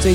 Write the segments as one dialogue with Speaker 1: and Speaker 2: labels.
Speaker 1: 最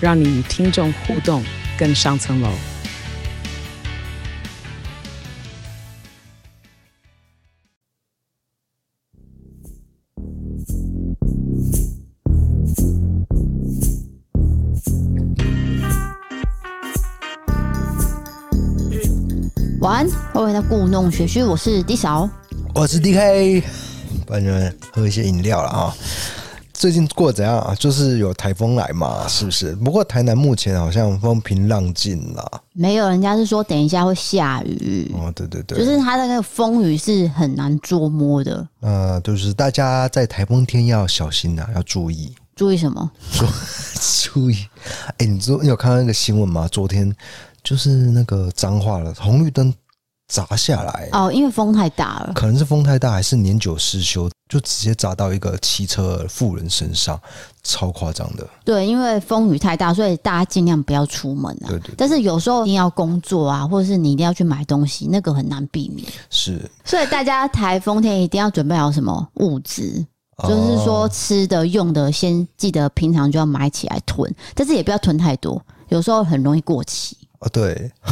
Speaker 1: 让你与听众互动更上层楼。
Speaker 2: 晚安，欢迎来到故弄玄虚，我是 D 嫂。
Speaker 3: 我是 DK，帮你们喝一些饮料了啊。最近过得怎样啊？就是有台风来嘛，是不是？不过台南目前好像风平浪静啦。
Speaker 2: 没有，人家是说等一下会下雨，
Speaker 3: 哦，对对对，
Speaker 2: 就是它的那个风雨是很难捉摸的。
Speaker 3: 呃，就是大家在台风天要小心呐、要注意，
Speaker 2: 注意什么？
Speaker 3: 注意。哎、你昨你有看到那个新闻吗？昨天就是那个脏话了，红绿灯砸下来，
Speaker 2: 哦，因为风太大了，
Speaker 3: 可能是风太大，还是年久失修，就直接砸到一个骑车妇人身上，超夸张的。
Speaker 2: 对，因为风雨太大，所以大家尽量不要出门啊。
Speaker 3: 对对对
Speaker 2: 但是有时候一定要工作啊，或者是你一定要去买东西，那个很难避免。
Speaker 3: 是，
Speaker 2: 所以大家台风天一定要准备好什么物资，就是
Speaker 3: 哦
Speaker 2: 说吃的用的，先记得平常就要买起来囤，但是也不要囤太多，有时候很容易过期。
Speaker 3: 哦，对，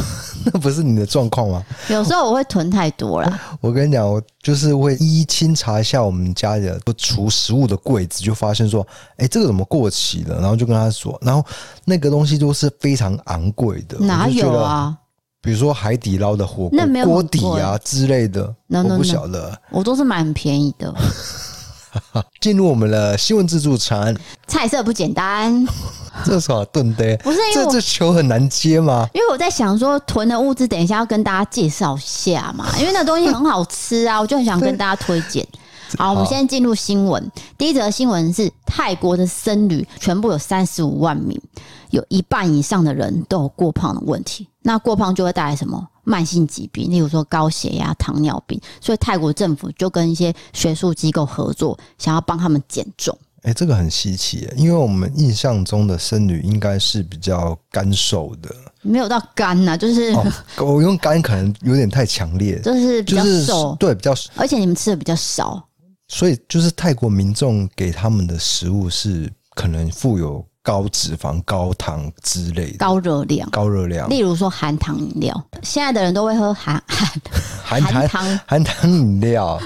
Speaker 3: 那不是你的状况吗？
Speaker 2: 有时候我会囤太多啦，
Speaker 3: 我跟你讲，我就是会一一清查一下我们家的储食物的柜子，就发现说，哎、这个怎么过期了？然后就跟他说，然后那个东西都是非常昂贵的，
Speaker 2: 哪
Speaker 3: 哦我就觉
Speaker 2: 有
Speaker 3: 得？
Speaker 2: 啊？
Speaker 3: 比如说海底捞的火锅
Speaker 2: 那没有很
Speaker 3: 锅底啊之类的
Speaker 2: No, no,
Speaker 3: 我
Speaker 2: no
Speaker 3: 不晓得。
Speaker 2: 我都是买很便宜的，
Speaker 3: 进入我们的新闻自助餐，
Speaker 2: 菜色不简单。
Speaker 3: 这是什么炖的？
Speaker 2: 不是啊因为
Speaker 3: 这
Speaker 2: 我
Speaker 3: 这球很难接吗？
Speaker 2: 因为我在想说囤的物资，等一下要跟大家介绍一下 嘛，因为那东西很好吃啊，我就很想跟大家推荐。好，我们先进入新闻。第一则新闻是泰国的僧侣全部有三十五万名，有一半以上的人都有过胖的问题。那过胖就会带来什么慢性疾病，例如说高血压、糖尿病。所以泰国政府就跟一些学术机构合作，想要帮他们减重。
Speaker 3: 哎、这个很稀奇耶，因为我们印象中的僧侣应该是比较干瘦的，
Speaker 2: 没有到干呐、就是、
Speaker 3: 哦， 我用干可能有点太强烈，
Speaker 2: 就是比
Speaker 3: 就
Speaker 2: 较
Speaker 3: 是
Speaker 2: 瘦，
Speaker 3: 对比较，
Speaker 2: 而且你们吃的比较少。
Speaker 3: 所以就是泰国民众给他们的食物是可能富有高脂肪、高糖之类的
Speaker 2: 高热量，
Speaker 3: 高热量，
Speaker 2: 例如说含糖饮料，现在的人都会喝含 含含
Speaker 3: 含糖
Speaker 2: 糖，
Speaker 3: 含糖饮料，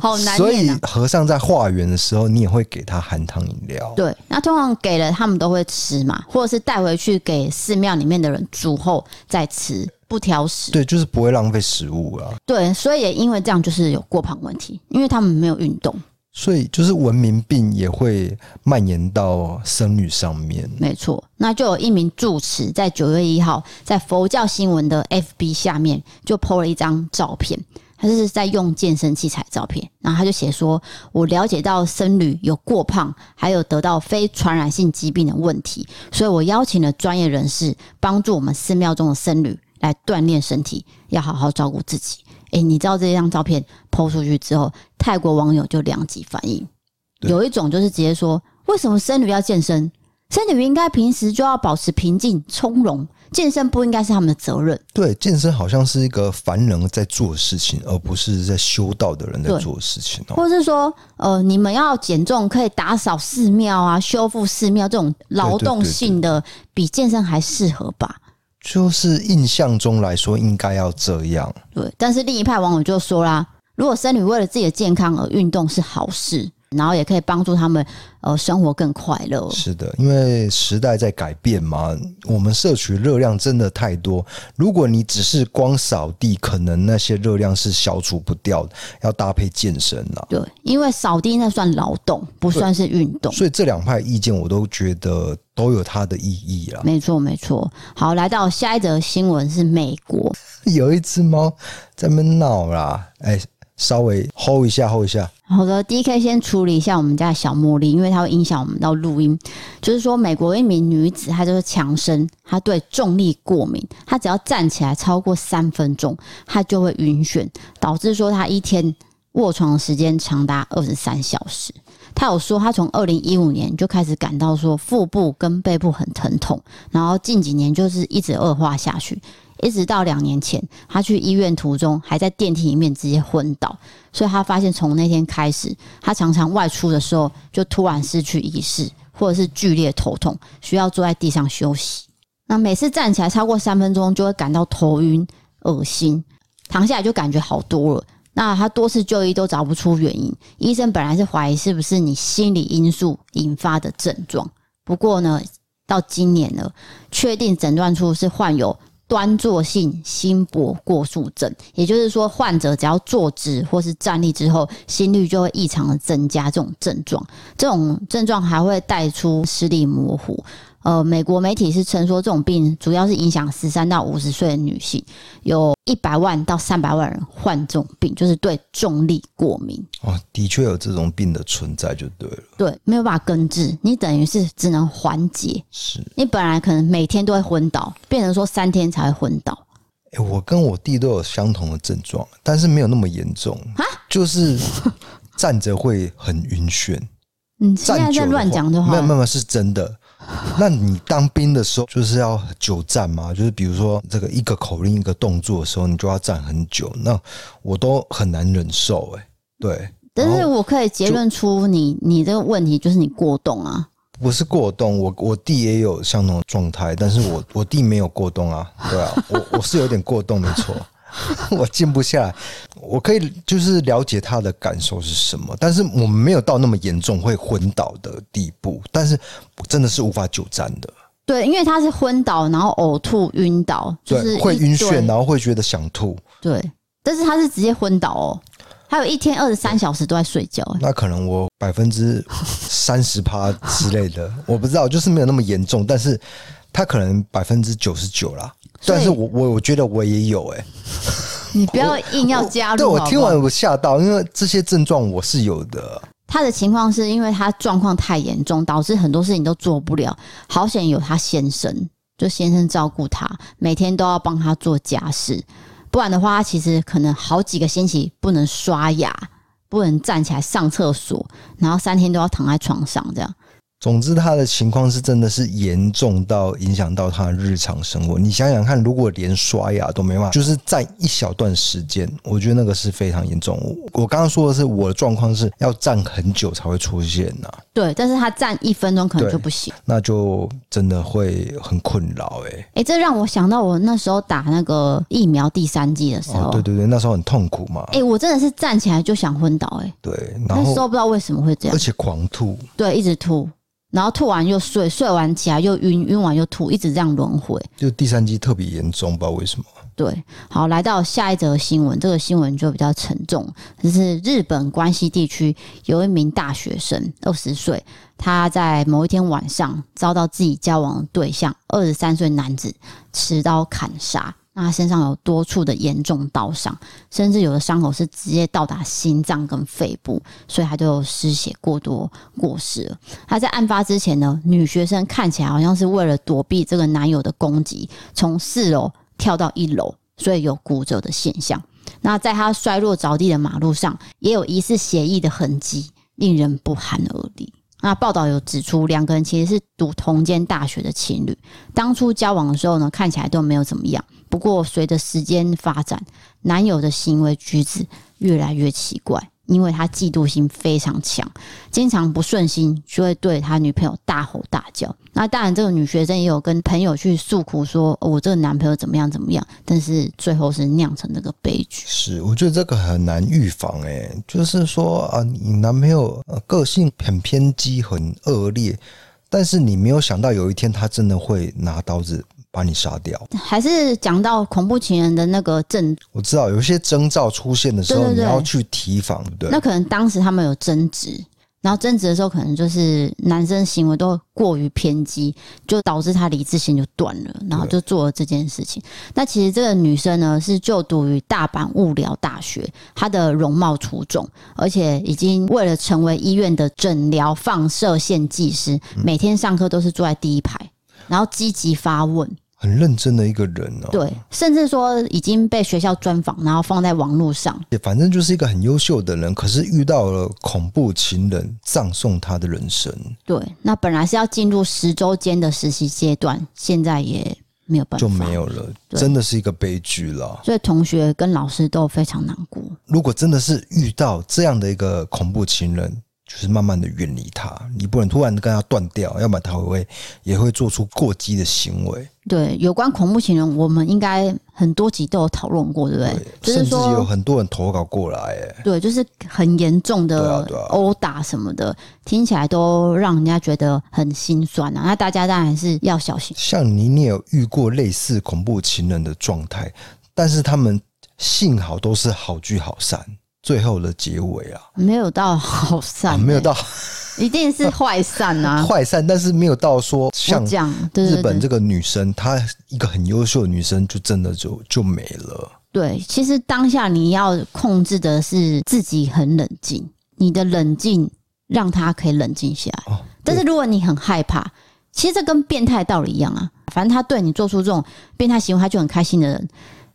Speaker 2: 好难
Speaker 3: 所
Speaker 2: 念
Speaker 3: 以
Speaker 2: 啊。
Speaker 3: 和尚在化缘的时候，你也会给他含糖饮料。
Speaker 2: 对，那通常给了他们都会吃嘛，或者是带回去给寺庙里面的人煮后再吃，不挑食。
Speaker 3: 对，就是不会浪费食物啊。
Speaker 2: 对，所以也因为这样，就是有过胖问题，因为他们没有运动。
Speaker 3: 所以就是文明病也会蔓延到僧侣上面。
Speaker 2: 没错，那就有一名住持在九月一号在佛教新闻的 FB 下面就 po 了一张照片，他是在用健身器材的照片，然后他就写说：“我了解到僧侣有过胖，还有得到非传染性疾病的问题，所以我邀请了专业人士帮助我们寺庙中的僧侣来锻炼身体，要好好照顾自己。”诶，你知道这张照片 po 出去之后，泰国网友就两极反应，
Speaker 3: 对
Speaker 2: 有一种就是直接说：“为什么僧侣要健身？”僧侣应该平时就要保持平静从容，健身不应该是他们的责任。
Speaker 3: 对，健身好像是一个凡人在做的事情，而不是在修道的人在
Speaker 2: 对
Speaker 3: 做的事情哦。
Speaker 2: 或是说，呃，你们要减重，可以打扫寺庙啊，修复寺庙这种劳动性的，比健身还适合吧？
Speaker 3: 就是印象中来说，应该要这样。
Speaker 2: 对。但是另一派网友就说啦，如果僧侣为了自己的健康而运动是好事，然后也可以帮助他们呃生活更快乐。
Speaker 3: 是的，因为时代在改变嘛，我们摄取热量真的太多。如果你只是光扫地，可能那些热量是消除不掉的，要搭配健身啦。
Speaker 2: 对，因为扫地那算劳动，不算是运动。
Speaker 3: 所以这两派意见，我都觉得都有它的意义啦。
Speaker 2: 没错，没错。好，来到下一则新闻是美国，
Speaker 3: 有一只猫在那边闹啦，哎、稍微吼一下吼一下，
Speaker 2: 好的，D K 先处理一下我们家的小茉莉，因为它会影响我们到录音。就是说，美国一名女子，她就是强生，她对重力过敏，她只要站起来超过三分钟，她就会晕眩，导致说她一天卧床的时间长达二十三小时。她有说，她从二零一五年就开始感到说腹部跟背部很疼痛，然后近几年就是一直恶化下去，一直到两年前，她去医院途中还在电梯里面直接昏倒。所以他发现从那天开始，他常常外出的时候就突然失去意识，或者是剧烈头痛，需要坐在地上休息。那每次站起来超过三分钟，就会感到头晕、恶心，躺下来就感觉好多了。那他多次就医都找不出原因，医生本来是怀疑是不是你心理因素引发的症状，不过呢，到今年了，确定诊断出是患有端坐性心搏过速症，也就是说，患者只要坐直或是站立之后，心率就会异常的增加这种症状。这种症状还会带出视力模糊。呃，美国媒体是称说，这种病主要是影响十三到五十岁的女性，有一百万到三百万人患这种病，就是对重力过敏。
Speaker 3: 哦，的确有这种病的存在，就对了。
Speaker 2: 对，没有办法根治，你等于是只能缓解。
Speaker 3: 是，
Speaker 2: 你本来可能每天都会昏倒，变成说三天才会昏倒。
Speaker 3: 哎、我跟我弟都有相同的症状，但是没有那么严重，
Speaker 2: 啊
Speaker 3: 就是站着会很晕 眩。
Speaker 2: 你嗯现
Speaker 3: 站
Speaker 2: 在
Speaker 3: 久
Speaker 2: 在
Speaker 3: 的
Speaker 2: 乱
Speaker 3: 话
Speaker 2: 讲就好
Speaker 3: 没有没有
Speaker 2: 了。
Speaker 3: 没有是真的。那你当兵的时候就是要久站嘛？就是比如说这个一个口令一个动作的时候，你就要站很久。那我都很难忍受、哎，对，
Speaker 2: 但
Speaker 3: 然
Speaker 2: 是
Speaker 3: 后
Speaker 2: 我可以结
Speaker 3: 就
Speaker 2: 论出你你这个问题就是你过动啊，
Speaker 3: 不是过动，我我弟也有相同的状态，但是 我我弟没有过动啊，对啊，我我是有点过动，没错， 我静不下来，我可以就是了解他的感受是什么，但是我们没有到那么严重会昏倒的地步，但是我真的是无法久站的，
Speaker 2: 对，因为他是昏倒，然后呕吐、晕倒，就是
Speaker 3: 对，会
Speaker 2: 一
Speaker 3: 晕
Speaker 2: 堆
Speaker 3: 眩，然后会觉得想吐，
Speaker 2: 对，但是他是直接昏倒哦，他有一天二十三小时都在睡觉、欸
Speaker 3: 那可能我百分之三十趴之类的， 我不知道，就是没有那么严重，但是他可能百分之九十九啦。
Speaker 2: 所以
Speaker 3: 但是我我我觉得我也有哎、欸
Speaker 2: 你不要硬要加入
Speaker 3: 对
Speaker 2: 好不
Speaker 3: 我
Speaker 2: 好
Speaker 3: 听完我吓到，因为这些症状我是有的。
Speaker 2: 他的情况是因为他状况太严重，导致很多事情都做不了。好险有他先生，就先生照顾他，每天都要帮他做家事，不然的话，他其实可能好几个星期不能刷牙，不能站起来上厕所，然后三天都要躺在床上这样。
Speaker 3: 总之，他的情况是真的是严重到影响到他的日常生活。你想想看，如果连刷牙都没办法，就是站一小段时间，我觉得那个是非常严重。我我刚刚说的是我的状况是要站很久才会出现呐、
Speaker 2: 对，但是他站一分钟可能
Speaker 3: 对
Speaker 2: 就不行。
Speaker 3: 那就真的会很困扰哎、
Speaker 2: 诶，这让我想到我那时候打那个疫苗第三剂的时候，
Speaker 3: 哦，对对对，那时候很痛苦嘛。
Speaker 2: 诶，我真的是站起来就想昏倒、诶，
Speaker 3: 对，
Speaker 2: 那
Speaker 3: 然
Speaker 2: 时候
Speaker 3: 后
Speaker 2: 不知道为什么会这样
Speaker 3: 而。且狂吐，
Speaker 2: 对，一直吐，然后吐完又睡，睡完起来又晕，晕完又吐，一直这样轮回。
Speaker 3: 就第三季特别严重，不知道为什么。
Speaker 2: 对，好，来到下一则新闻，这个新闻就比较沉重，就是日本关西地区有一名大学生，二十岁，他在某一天晚上遭到自己交往的对象，二十三岁男子持刀砍杀，那他身上有多处的严重刀伤，甚至有的伤口是直接到达心脏跟肺部，所以他就失血过多过世了。他在案发之前呢，女学生看起来好像是为了躲避这个男友的攻击，从四楼跳到一楼，所以有骨折的现象。那在他摔落着地的马路上，也有疑似血迹的痕迹，令人不寒而栗。那报道有指出，两个人其实是读同间大学的情侣，当初交往的时候呢，看起来都没有怎么样。不过随着时间发展，男友的行为举止越来越奇怪，因为他嫉妒心非常强，经常不顺心就会对他女朋友大吼大叫。那当然，这个女学生也有跟朋友去诉苦说，哦我这个男朋友怎么样怎么样，但是最后是酿成这个悲剧。
Speaker 3: 是，我觉得这个很难预防哎、就是说啊，你男朋友、呃个性很偏激、很恶劣，但是你没有想到有一天他真的会拿刀子把你杀掉。
Speaker 2: 还是讲到恐怖情人的那个症，
Speaker 3: 我知道有一些征兆出现的时候，
Speaker 2: 对对对
Speaker 3: 你要去提防，对不对？
Speaker 2: 那可能当时他们有争执，然后争执的时候，可能就是男生行为都过于偏激，就导致他理智线就断了，然后就做了这件事情。那其实这个女生呢，是就读于大阪物疗大学，她的容貌出众，而且已经为了成为医院的诊疗放射线技师，
Speaker 3: 嗯
Speaker 2: 每天上课都是坐在第一排，然后积极发问。
Speaker 3: 很认真的一个人哦。
Speaker 2: 对，甚至说已经被学校专访，然后放在网络上。
Speaker 3: 也反正就是一个很优秀的人，可是遇到了恐怖情人，葬送他的人生，
Speaker 2: 对，那本来是要进入十周间的实习阶段，现在也没有办法，
Speaker 3: 就没。有了，
Speaker 2: 对
Speaker 3: 真的是一个悲剧了。
Speaker 2: 所以同学跟老师都非常难过。
Speaker 3: 如果真的是遇到这样的一个恐怖情人，就是慢慢的远离他，你不能突然跟他断掉，要不然他会也会做出过激的行为，
Speaker 2: 对，有关恐怖情人，我们应该很多集都有讨论过，对不对？就是
Speaker 3: 甚至有
Speaker 2: 说，
Speaker 3: 很多人投稿过来，哎，
Speaker 2: 对，就是很严重
Speaker 3: 对啊
Speaker 2: 的
Speaker 3: 对啊
Speaker 2: 殴打什么的，听起来都让人家觉得很心酸啊。那大家当然是要小心。
Speaker 3: 像你，你也有遇过类似恐怖情人的状态，但是他们幸好都是好聚好散，最后的结尾啊，
Speaker 2: 没有到好散、
Speaker 3: 啊没有到
Speaker 2: 欸，一定是坏散啊！
Speaker 3: 坏散，但是没有到说像
Speaker 2: 我讲，对
Speaker 3: 日
Speaker 2: 对对
Speaker 3: 本这个女生，她一个很优秀的女生，就真的就就没了。
Speaker 2: 对，其实当下你要控制的是自己很冷静，你的冷静让他可以冷静下来。
Speaker 3: 哦，
Speaker 2: 但是如果你很害怕，其实这跟变态道理一样啊。反正他对你做出这种变态行为，他就很开心的人，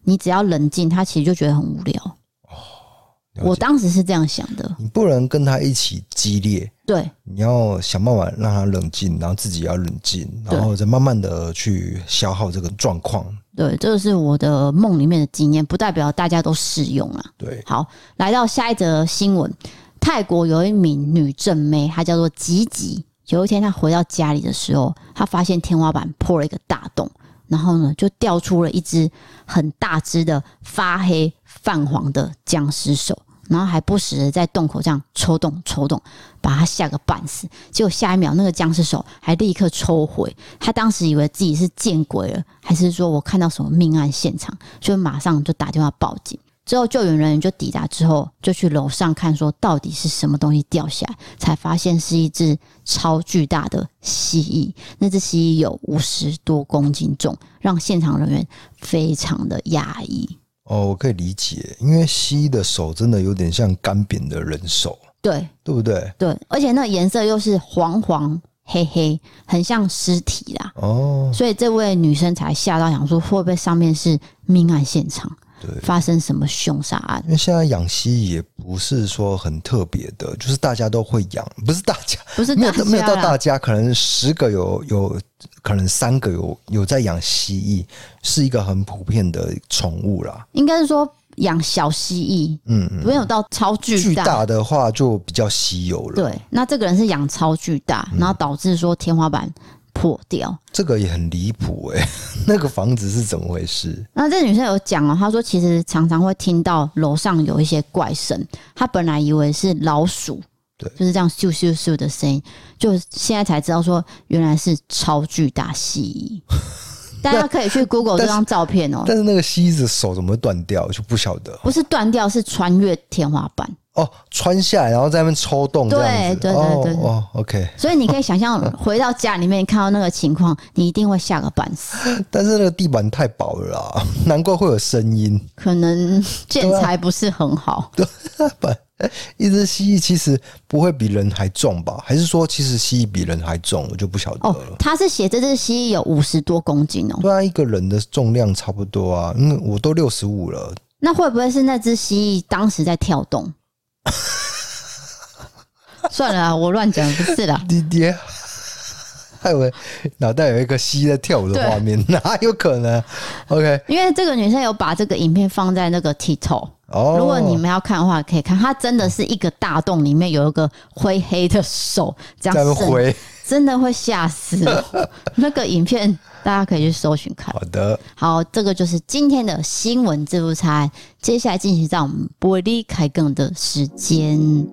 Speaker 2: 你只要冷静，他其实就觉得很无聊。
Speaker 3: 了解
Speaker 2: 我当时是这样想的，
Speaker 3: 你不能跟她一起激烈，
Speaker 2: 对
Speaker 3: 你要想办法让她冷静，然后自己要冷静，
Speaker 2: 对
Speaker 3: 然后再慢慢的去消耗这个状况。
Speaker 2: 对，这是我的梦里面的经验，不代表大家都适用啊。
Speaker 3: 对，
Speaker 2: 好，来到下一则新闻，泰国有一名女正妹，她叫做吉吉。有一天，她回到家里的时候，她发现天花板破了一个大洞，然后呢，就掉出了一只很大只的发黑泛黄的僵尸手，然后还不时的在洞口这样抽动抽动，把她吓个半死。结果下一秒，那个僵尸手还立刻抽回，她当时以为自己是见鬼了，还是说我看到什么命案现场，就马上就打电话报警。之后救援人员就抵达之后，就去楼上看，说到底是什么东西掉下来，才发现是一只超巨大的蜥蜴。那只蜥蜴有五十多公斤重，让现场人员非常的压抑。
Speaker 3: 哦，我可以理解，因为蜥蜴的手真的有点像干瘪的人手，
Speaker 2: 对
Speaker 3: 对不对？
Speaker 2: 对，而且那个颜色又是黄黄黑黑，很像尸体啦。
Speaker 3: 哦，
Speaker 2: 所以这位女生才吓到，想说会不会上面是命案现场，
Speaker 3: 对。
Speaker 2: 发生什么凶杀案？
Speaker 3: 因为现在养蜥蜴也不是说很特别的，就是大家都会养，不是大家，
Speaker 2: 不是
Speaker 3: 没有
Speaker 2: 大
Speaker 3: 到没有到
Speaker 2: 家啦啊
Speaker 3: 大家，可能十个有有，可能三个有有在养蜥蜴，是一个很普遍的宠物啦。
Speaker 2: 应该是说养小蜥蜴，
Speaker 3: 嗯嗯，
Speaker 2: 没有到超
Speaker 3: 巨
Speaker 2: 巨大。
Speaker 3: 大的话就比较稀有了。，
Speaker 2: 对，那这个人是养超巨大，然
Speaker 3: 嗯
Speaker 2: 后导致说天花板破掉。
Speaker 3: 这个也很离谱哎， 那个房子是怎么回事？
Speaker 2: 那这女生有讲哦，她说其实常常会听到楼上有一些怪声，她本来以为是老鼠，
Speaker 3: 对
Speaker 2: 就是这样咻咻咻的声音，就现在才知道说原来是超巨大蜥蜴。 大家可以去 Google 这张照片哦，
Speaker 3: 但是那个蜥蜴的手怎么会断掉，就不晓得
Speaker 2: 不是断掉，是穿越天花板。
Speaker 3: 哦。穿下来然后在那边抽动这样子，
Speaker 2: 对对
Speaker 3: 哦
Speaker 2: 对对
Speaker 3: 哦，OK。
Speaker 2: 所以你可以想象，回到家里面看到那个情况，你一定会吓个半死。
Speaker 3: 但是那个地板太薄了啦，难怪会有声音。
Speaker 2: 可能建材不是很好，
Speaker 3: 哎一只蜥蜴其实不会比人还重吧？还是说其实蜥蜴比人还重？我就不晓得
Speaker 2: 哦
Speaker 3: 了。，
Speaker 2: 他是写这只蜥蜴有五十多公斤哦，
Speaker 3: 对啊，一个人的重量差不多啊，因为我都六十五了，
Speaker 2: 那会不会是那只蜥蜴当时在跳动？ 算了啊，我乱讲，不是啦。
Speaker 3: 你爹。害我脑袋有一个蜥蜴在跳舞的画面，哪有可能？OK，
Speaker 2: 因为这个女生有把这个影片放在那个 TikTok，
Speaker 3: 哦，
Speaker 2: 如果你们要看的话，可以看，它真的是一个大洞里面有一个灰黑的手，这
Speaker 3: 在那
Speaker 2: 样
Speaker 3: 边
Speaker 2: 伸，
Speaker 3: 回，
Speaker 2: 真的会吓死哦。那个影片大家可以去搜寻看
Speaker 3: 好。的，
Speaker 2: 好，这个就是今天的新闻自助餐。接下来进行到我们玻璃开更的时间。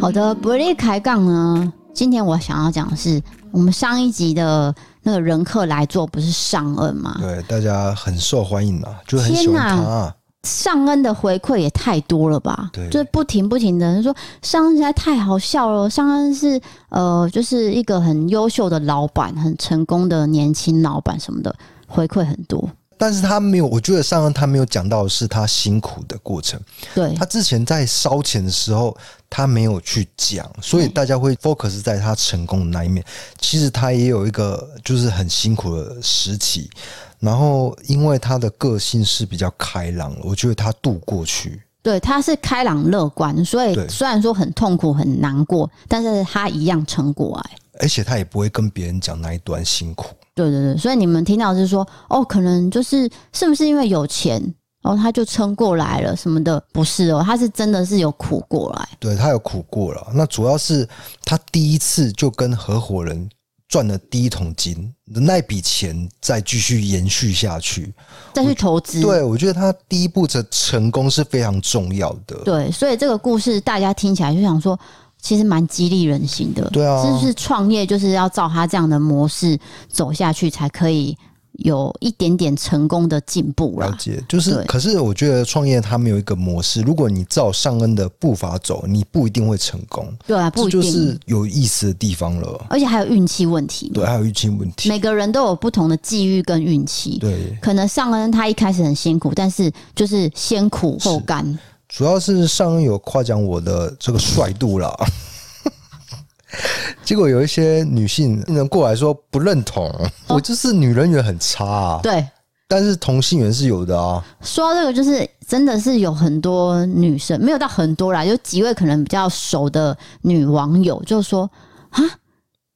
Speaker 2: 好的，玻璃开杠呢，今天我想要讲的是，我们上一集的那个人客来做不是上恩吗？
Speaker 3: 对，大家很受欢迎啊，就很喜欢他、啊。
Speaker 2: 上恩的回馈也太多了吧？
Speaker 3: 对
Speaker 2: 就是不停不停的人说上恩实在太好笑了。上恩是呃，就是一个很优秀的老板，很成功的年轻老板什么的，回馈很多。
Speaker 3: 但是他没有，我觉得上恩他没有讲到的是他辛苦的过程。
Speaker 2: 对
Speaker 3: 他之前在烧钱的时候，他没有去讲，所以大家会 focus 在他成功的那一面。其实他也有一个就是很辛苦的时期，然后因为他的个性是比较开朗的，我觉得他度过去。
Speaker 2: 对，他是开朗乐观，所以
Speaker 3: 对
Speaker 2: 虽然说很痛苦很难过，但是他一样撑过来。
Speaker 3: 而且他也不会跟别人讲那一段辛苦，
Speaker 2: 对对对，所以你们听到是说，哦，可能就是是不是因为有钱，然、后他就撑过来了什么的？不是哦，他是真的是有苦过来。
Speaker 3: 对他有苦过了。那主要是他第一次就跟合伙人赚了第一桶金，那笔钱再继续延续下去。
Speaker 2: 再去投资。
Speaker 3: 对我觉得他第一步的成功是非常重要的。
Speaker 2: 对所以这个故事大家听起来就想说，其实蛮激励人心的。
Speaker 3: 对啊
Speaker 2: 是不是创业就是要照他这样的模式走下去，才可以有一点点成功的进步
Speaker 3: 了
Speaker 2: 啦？
Speaker 3: 解，就是
Speaker 2: 啊对，
Speaker 3: 可是我觉得创业它没有一个模式。如果你照上恩的步伐走，你不一定会成功，
Speaker 2: 对啊，不
Speaker 3: 这
Speaker 2: 一
Speaker 3: 就
Speaker 2: 定，
Speaker 3: 是有意思的地方了。
Speaker 2: 而且还有运气问题。
Speaker 3: 对，还啊有运气问题。
Speaker 2: 每个人都有不同的际遇跟运气。
Speaker 3: 对，
Speaker 2: 可能上恩他一开始很辛苦，但是就是先苦后甘。
Speaker 3: 主要是上恩有夸奖我的这个帅度啦。 结果有一些女性人过来说不认同，我就是女人缘很差、啊，
Speaker 2: 哦对，
Speaker 3: 但是同性缘是有的啊。
Speaker 2: 说到这个，就是真的是有很多女生，没有到很多啦，有几位可能比较熟的女网友就说啊，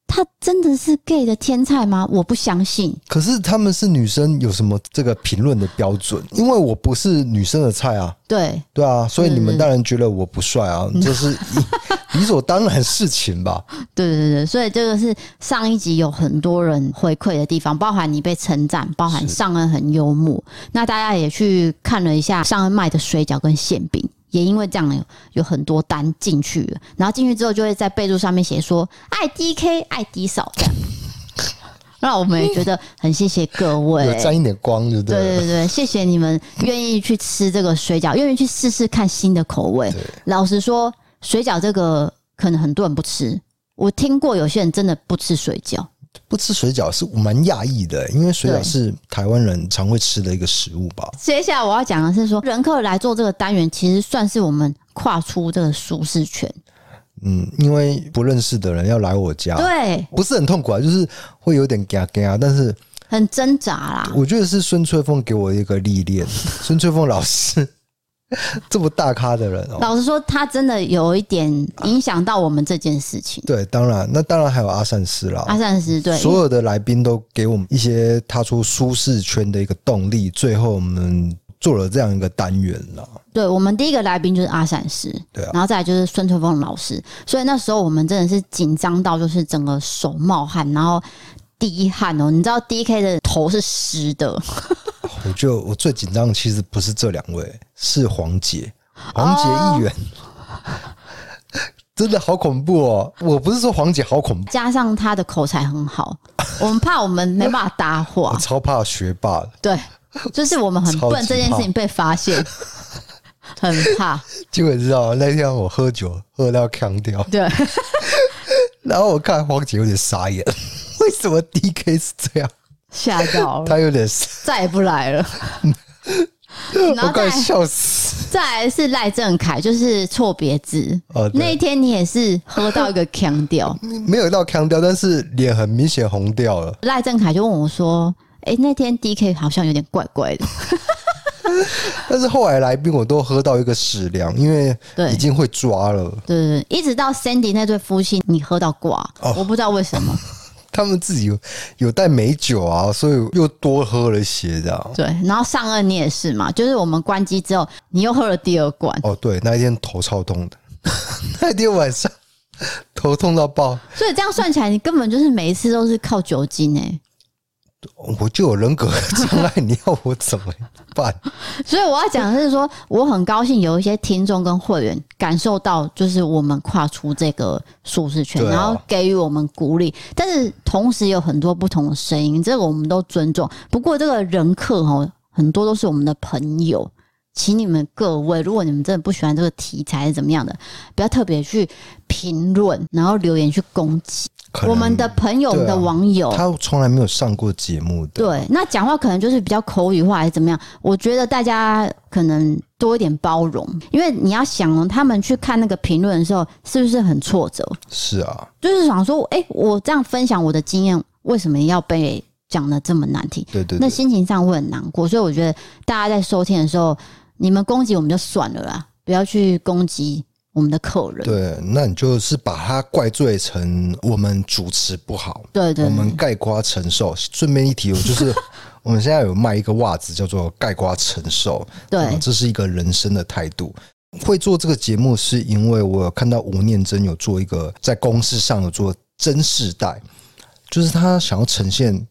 Speaker 2: 他真的是 gay 的天才吗？我不相信。
Speaker 3: 可是他们是女生，有什么这个评论的标准？因为我不是女生的菜啊。
Speaker 2: 对，
Speaker 3: 对啊，所以你
Speaker 2: 对
Speaker 3: 们
Speaker 2: 对
Speaker 3: 当然觉得我不帅啊，这是 理理所当然事情吧？
Speaker 2: 对对对对，所以这个是上一集有很多人回馈的地方，包含你被称赞，包含上恩很幽默。那大家也去看了一下上恩卖的水饺跟馅饼，也因为这样有有很多单进去了，然后进去之后就会在备注上面写说爱 DK 爱 D 嫂这样。 那我们也觉得很谢谢各位，
Speaker 3: 有沾一点光，对不
Speaker 2: 对对
Speaker 3: 对？
Speaker 2: 对对，谢谢你们愿意去吃这个水饺，愿意去试试看新的口味
Speaker 3: 对。
Speaker 2: 老实说，水饺这个可能很多人不吃，我听过有些人真的不吃水饺。
Speaker 3: 不吃水饺是蛮讶异的，因为水
Speaker 2: 对
Speaker 3: 饺是台湾人常会吃的一个食物吧？
Speaker 2: 接下来我要讲的是说，人客来做这个单元，其实算是我们跨出这个舒适圈。
Speaker 3: 嗯，因为不认识的人要来我家，
Speaker 2: 对，
Speaker 3: 不是很痛苦啊，就是会有点嘎嘎，啊但是
Speaker 2: 很挣扎啦。
Speaker 3: 我觉得是孙翠凤给我一个历练。孙翠凤老师 这么大咖的人哦，
Speaker 2: 老实说，他真的有一点影响到我们这件事情。
Speaker 3: 对，当然，那当然还有阿善师啦，
Speaker 2: 阿善师对，
Speaker 3: 啊所有的来宾都给我们一些踏出舒适圈的一个动力。最后我们做了这样一个单元了，
Speaker 2: 对我们第一个来宾就是阿善师，
Speaker 3: 对啊
Speaker 2: 然后再来就是孙春凤老师，所以那时候我们真的是紧张到就是整个手冒汗，然后滴汗哦，你知道 D K 的头是湿的，
Speaker 3: 我就我最紧张的其实不是这两位，是黄杰，
Speaker 2: 哦
Speaker 3: 黄杰议员。真的好恐怖哦！我不是说黄姐好恐怖，
Speaker 2: 加上他的口才很 好，我们怕我们没办法搭
Speaker 3: 我
Speaker 2: 话，
Speaker 3: 超怕学霸的。
Speaker 2: 对，就是我们很
Speaker 3: 超
Speaker 2: 笨
Speaker 3: 级
Speaker 2: 这件事
Speaker 3: 怕
Speaker 2: 情被发现， 很怕，
Speaker 3: 结果你知道吗那天我喝酒喝到呛掉，
Speaker 2: 对。
Speaker 3: 然后我看黄姐有点傻眼， 为什么 DK 是这样？
Speaker 2: 吓到了，
Speaker 3: 她有点傻，
Speaker 2: 再也不来了。然
Speaker 3: 我
Speaker 2: 后再
Speaker 3: 快
Speaker 2: 来
Speaker 3: 笑死。
Speaker 2: 再来是赖正凯，就是错别字。
Speaker 3: 哦对
Speaker 2: 那一天你也是喝到一个腔调，
Speaker 3: 没有到腔掉，但是脸很明显红掉了。
Speaker 2: 赖正凯就问我说：“哎、那天 D K 好像有点怪怪的。
Speaker 3: 但是后来来宾我都喝到一个适量，因为
Speaker 2: 对
Speaker 3: 已经会抓了”，
Speaker 2: 对对对，一直到 Sandy 那对夫妻，你喝到挂，
Speaker 3: 哦
Speaker 2: 我不知道为什 么。
Speaker 3: 他们自己有有带美酒啊，所以又多喝了一些这样。
Speaker 2: 对，然后上岸你也是嘛，就是我们关机之后，你又喝了第二罐，
Speaker 3: 哦，对，那一天头超痛的， 那一天晚上头痛到爆。
Speaker 2: 所以这样算起来，你根本就是每一次都是靠酒精哎、
Speaker 3: 我就有人格障碍，你要我怎么办？
Speaker 2: 所以我要讲的是说，我很高兴有一些听众跟会员感受到，就是我们跨出这个舒适圈，
Speaker 3: 对啊
Speaker 2: 然后给予我们鼓励。但是同时有很多不同的声音，这个我们都尊重。不过这个人客哦，很多都是我们的朋友。请你们各位，如果你们真的不喜欢这个题材是怎么样的，不要特别去评论，然后留言去攻击
Speaker 3: 可能
Speaker 2: 我们的朋友、我们的
Speaker 3: 对啊
Speaker 2: 网友。
Speaker 3: 他从来没有上过节目的，
Speaker 2: 对，那讲话可能就是比较口语化还是怎么样？我觉得大家可能多一点包容，因为你要想哦，他们去看那个评论的时候，是不是很挫折？
Speaker 3: 是啊，
Speaker 2: 就是想说，哎、我这样分享我的经验，为什么要被讲的这么难听？
Speaker 3: 对对
Speaker 2: 那
Speaker 3: 对，
Speaker 2: 心情上会很难过，所以我觉得大家在收听的时候，你们攻击我们就算了啦，不要去攻击我们的客人。
Speaker 3: 对，那你就是把他怪罪成我们主持不好，
Speaker 2: 对对
Speaker 3: 我们
Speaker 2: 对，
Speaker 3: 盖瓜承受。顺便一提，我就是我们现在有卖一个袜子，叫做盖瓜承受。
Speaker 2: 对
Speaker 3: 啊这是一个人生的态度。会做这个节目，是因为我有看到吴念真有做一个在公式上有做真世代，就是他想要呈现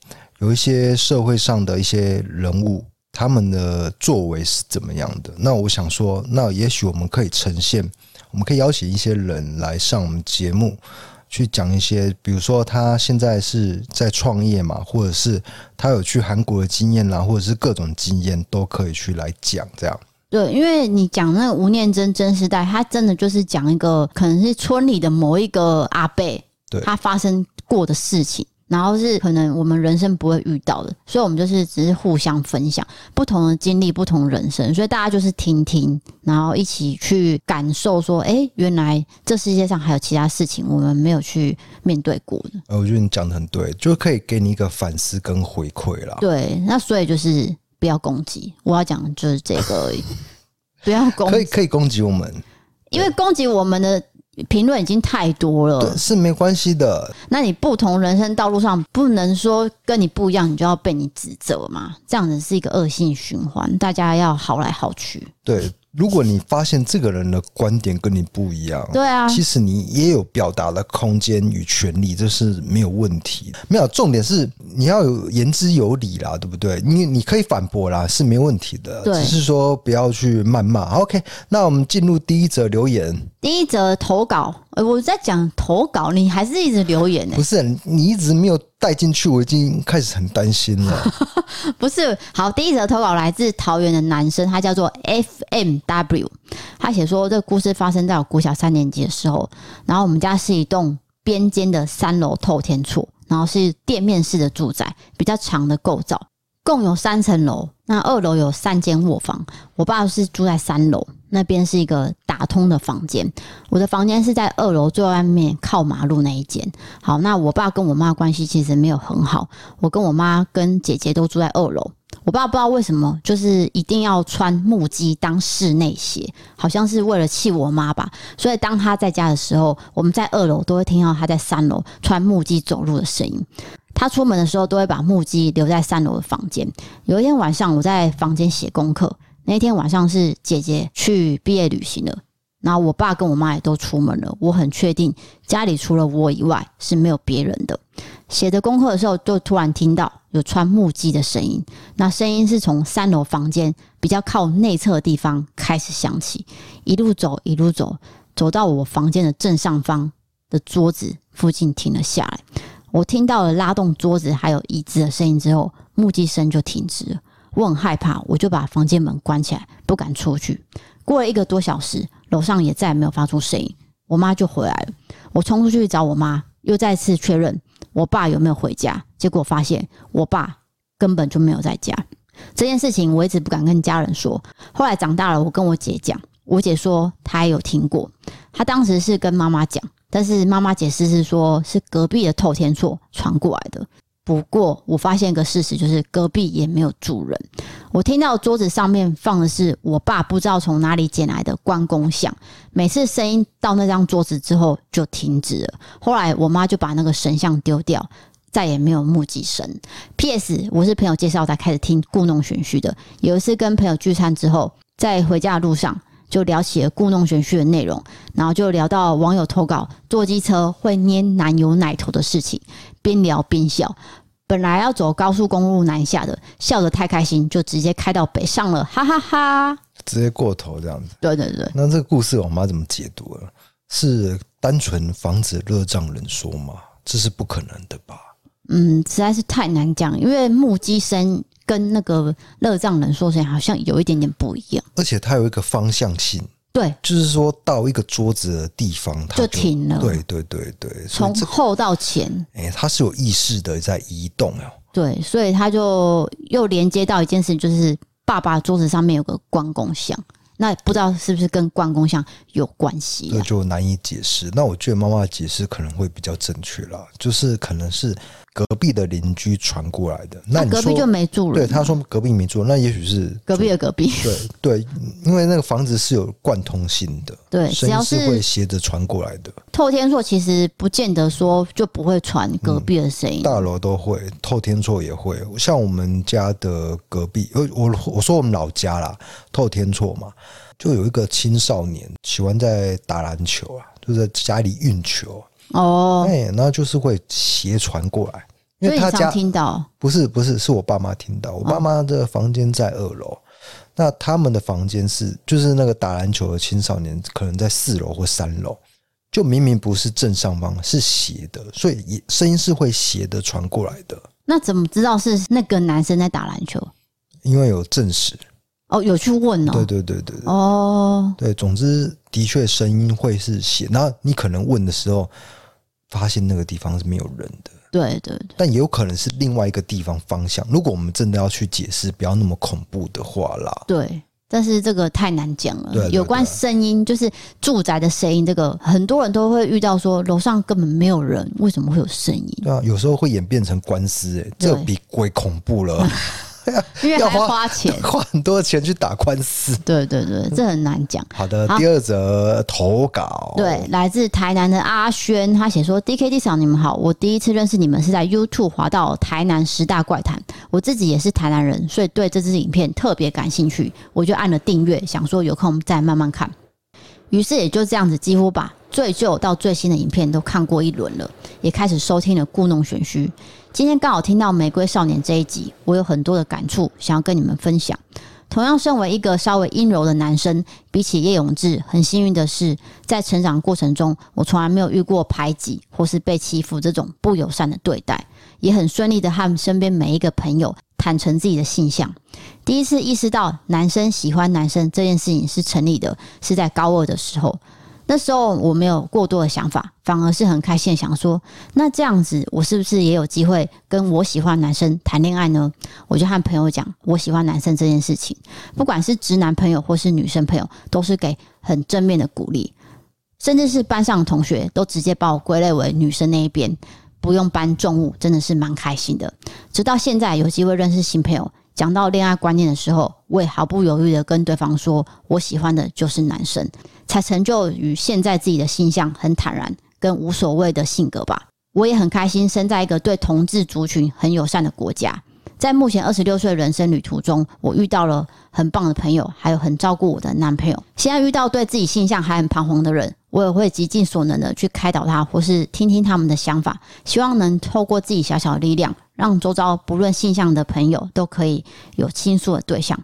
Speaker 3: 有一些社会上的一些人物。他们的作为是怎么样的？那我想说，那也许我们可以呈现，我们可以邀请一些人来上我们节目，去讲一些，比如说他现在是在创业嘛，或者是他有去韩国的经验啦，或者是各种经验都可以去来讲这样。
Speaker 2: 对，因为你讲那个吴念真真时代，他真的就是讲一个可能是村里的某一个阿伯，
Speaker 3: 对
Speaker 2: 他发生过的事情，然后是可能我们人生不会遇到的，所以我们就是只是互相分享不同的经历、不同人生，所以大家就是听听，然后一起去感受说，哎、原来这世界上还有其他事情我们没有去面对过的。
Speaker 3: 呃，我觉得你讲的很对，就可以给你一个反思跟回馈啦。
Speaker 2: 对，那所以就是不要攻击，我要讲的就是这个而已， 不要攻
Speaker 3: 可
Speaker 2: 击
Speaker 3: 以。可以攻击我们，
Speaker 2: 因为攻击我们的评论已经太多了
Speaker 3: 对，，是没关系的。
Speaker 2: 那你不同人生道路上不能说跟你不一样，你就要被你指责嘛，这样子是一个恶性循环，大家要好来好去。
Speaker 3: 对，如果你发现这个人的观点跟你不一样，
Speaker 2: 对啊，
Speaker 3: 哦其实你也有表达的空间与权利，这是没有问题。没有，重点是你要有言之有理啦，对不对？你你可以反驳啦，是没问题的。
Speaker 2: 对
Speaker 3: 只是说不要去谩骂。好 OK，那我们进入第一则留言。
Speaker 2: 第一则投稿，呃我在讲投稿，你还是一直留言呢、
Speaker 3: 不是你一直没有带进去，我已经开始很担心 了。
Speaker 2: 不是，好，第一则投稿来自桃园的男生，他叫做 F M W，他写说这个故事发生在我国小三年级的时候，然后我们家是一栋边间的三楼透天厝，然后是店面式的住宅，比较长的构造，共有三层楼，那二楼有三间卧房，我爸是住在三楼。那边是一个打通的房间，我的房间是在二楼最外面靠马路那一间。好，那我爸跟我妈关系其实没有很好，我跟我妈跟姐姐都住在二楼。我爸不知道为什么，就是一定要穿木屐当室内鞋，好像是为了气我妈吧。所以当他在家的时候，我们在二楼都会听到他在三楼穿木屐走路的声音。他出门的时候都会把木屐留在三楼的房间。有一天晚上，我在房间写功课，那天晚上是姐姐去毕业旅行了，然后我爸跟我妈也都出门了。我很确定家里除了我以外是没有别人的。写着功课的时候，就突然听到有穿木屐的声音。那声音是从三楼房间比较靠内侧的地方开始响起，一路走，一路走，走到我房间的正上方的桌子附近停了下来。我听到了拉动桌子还有椅子的声音之后，木屐声就停止了。我很害怕，我就把房间门关起来，不敢出去。过了一个多小时，楼上也再也没有发出声音，我妈就回来了。我冲出去找我妈，又再次确认我爸有没有回家，结果发现我爸根本就没有在家。这件事情我一直不敢跟家人说，后来长大了，我跟我姐讲，我姐说她也有听过，她当时是跟妈妈讲，但是妈妈解释是说是隔壁的透天厝传过来的。不过我发现一个事实，就是隔壁也没有住人。我听到桌子上面放的是我爸不知道从哪里捡来的关公像，每次声音到那张桌子之后就停止了。后来我妈就把那个神像丢掉，再也没有目击神。P.S. 我是朋友介绍才开始听故弄玄虚的。有一次跟朋友聚餐之后，在回家的路上就聊起了故弄玄虚的内容，然后就聊到网友投稿坐机车会捏男友奶头的事情，边聊边笑。本来要走高速公路南下的，笑得太开心，就直接开到北上了，哈哈哈
Speaker 3: 直接过头这样子。
Speaker 2: 对对对，
Speaker 3: 那这个故事我妈怎么解读了？是单纯防止热胀冷缩吗？这是不可能的吧？
Speaker 2: 嗯，实在是太难讲，因为木屐声跟那个热胀冷缩声好像有一点点不一样。
Speaker 3: 而且它有一个方向性，
Speaker 2: 对，
Speaker 3: 就是说到一个桌子的地方，它
Speaker 2: 就停了
Speaker 3: 对对对对，所以
Speaker 2: 从
Speaker 3: 这
Speaker 2: 后到前，
Speaker 3: 哎、它是有意识的在移动哦。
Speaker 2: 对，所以他就又连接到一件事情，就是爸爸桌子上面有个关公像，那不知道是不是跟关公像有关系
Speaker 3: 这
Speaker 2: 啊？
Speaker 3: 就难以解释。那我觉得妈妈的解释可能会比较正确啦，就是可能是隔壁的邻居传过来的。那
Speaker 2: 那
Speaker 3: 你
Speaker 2: 隔
Speaker 3: 说，
Speaker 2: 壁就没住
Speaker 3: 对
Speaker 2: 人，
Speaker 3: 他说隔壁没住，那也许是
Speaker 2: 隔壁的隔壁，
Speaker 3: 对对，因为那个房子是有贯通性的，
Speaker 2: 对，只
Speaker 3: 声
Speaker 2: 要
Speaker 3: 音是会
Speaker 2: 是
Speaker 3: 斜着传过来的，
Speaker 2: 透天厝，其实不见得说就不会传隔壁的声音。
Speaker 3: 大楼都会，透天厝也会。像我们家的隔壁，呃，我我说我们老家啦，透天厝嘛，就有一个青少年喜欢在打篮球啊，就在家里运球，啊
Speaker 2: 哦，
Speaker 3: 哎、那就是会斜传过来，
Speaker 2: 所
Speaker 3: 因
Speaker 2: 以
Speaker 3: 为
Speaker 2: 你
Speaker 3: 他
Speaker 2: 常
Speaker 3: 家
Speaker 2: 听到
Speaker 3: 不是不是，是我爸妈听到。我爸妈的房间在二楼，那他们的房间是就是那个打篮球的青少年，可能在四楼或三楼，就明明不是正上方，是斜的，所以也声音是会斜的传过来的，
Speaker 2: 那怎么知道是那个男生在打篮球？
Speaker 3: 因为有证实。
Speaker 2: 哦，有去问哦。
Speaker 3: 对对对对对。
Speaker 2: 哦，
Speaker 3: 对，总之的确声音会是斜，然后你可能问的时候，发现那个地方是没有人的，
Speaker 2: 对对对，
Speaker 3: 但也有可能是另外一个地方方向。如果我们真的要去解释，不要那么恐怖的话啦，
Speaker 2: 对但是这个太难讲了。
Speaker 3: 对对对
Speaker 2: 有关声音，就是住宅的声音，这个很多人都会遇到说楼上根本没有人，为什么会有声音？
Speaker 3: 对啊，有时候会演变成官司、欸，这
Speaker 2: 对
Speaker 3: 比鬼恐怖 了，
Speaker 2: 因为
Speaker 3: 要
Speaker 2: 还要
Speaker 3: 花
Speaker 2: 花钱。
Speaker 3: 花很多钱去打官司。
Speaker 2: 对对对，这很难讲。
Speaker 3: 好的，
Speaker 2: 好
Speaker 3: 第二则投稿，
Speaker 2: 对，来自台南的阿轩，他写说：“D K D 嫂，你们好，我第一次认识你们是在 YouTube 滑到台南十大怪谈，我自己也是台南人，所以对这支影片特别感兴趣，我就按了订阅，想说有空我们再慢慢看。于是也就这样子，几乎把最旧到最新的影片都看过一轮了，也开始收听了故弄玄虚。今天刚好听到《玫瑰少年》这一集，我有很多的感触，想要跟你们分享。”同样，身为一个稍微阴柔的男生，比起叶永志，很幸运的是，在成长过程中，我从来没有遇过排挤或是被欺负这种不友善的对待，也很顺利的和身边每一个朋友坦诚自己的性向。第一次意识到男生喜欢男生这件事情是成立的，是在高二的时候。那时候我没有过多的想法，反而是很开心，想说那这样子，我是不是也有机会跟我喜欢的男生谈恋爱呢？我就和朋友讲我喜欢男生这件事情，不管是直男朋友或是女生朋友，都是给很正面的鼓励，甚至是班上的同学都直接把我归类为女生那一边，不用搬重物，真的是蛮开心的。直到现在有机会认识新朋友，讲到恋爱观念的时候，我也毫不犹豫的跟对方说我喜欢的就是男生，才成就与现在自己的性向很坦然跟无所谓的性格吧。我也很开心生在一个对同志族群很友善的国家。在目前二十六岁的人生旅途中，我遇到了很棒的朋友，还有很照顾我的男朋友。现在遇到对自己性向还很彷徨的人，我也会极尽所能的去开导他，或是听听他们的想法，希望能透过自己小小的力量，让周遭不论性向的朋友都可以有倾诉的对象。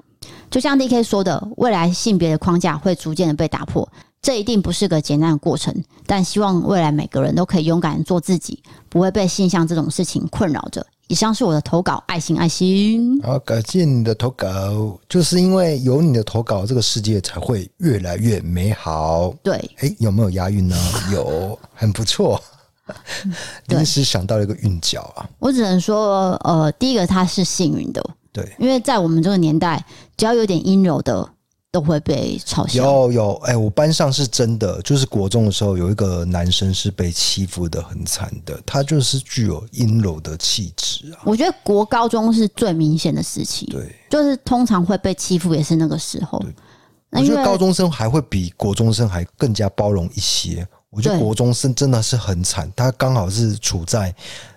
Speaker 2: 就像 D K 说的，未来性别的框架会逐渐的被打破，这一定不是个简单的过程，但希望未来每个人都可以勇敢地做自己，不会被性向这种事情困扰着。以上是我的投稿，爱心爱心。
Speaker 3: 好，感谢你的投稿，就是因为有你的投稿，这个世界才会越来越美好。
Speaker 2: 对，
Speaker 3: 哎、有没有押 韵呢？有，很不错。
Speaker 2: 对
Speaker 3: 临时想到了一个韵脚啊，
Speaker 2: 我只能说，呃，第一个他是幸运的，
Speaker 3: 对，
Speaker 2: 因为在我们这个年代，只要有点阴柔的，都会被嘲笑。
Speaker 3: 有有，哎、我班上是真的，就是国中的时候有一个男生是被欺负的很惨的，他就是具有阴柔的气质啊。
Speaker 2: 我觉得国高中是最明显的时期，
Speaker 3: 对，
Speaker 2: 就是通常会被欺负，也是那个时候。那
Speaker 3: 我觉
Speaker 2: 因为
Speaker 3: 得高中生还会比国中生还更加包容一些。我觉得
Speaker 2: 对
Speaker 3: 国中生真的是很惨，他刚好是处在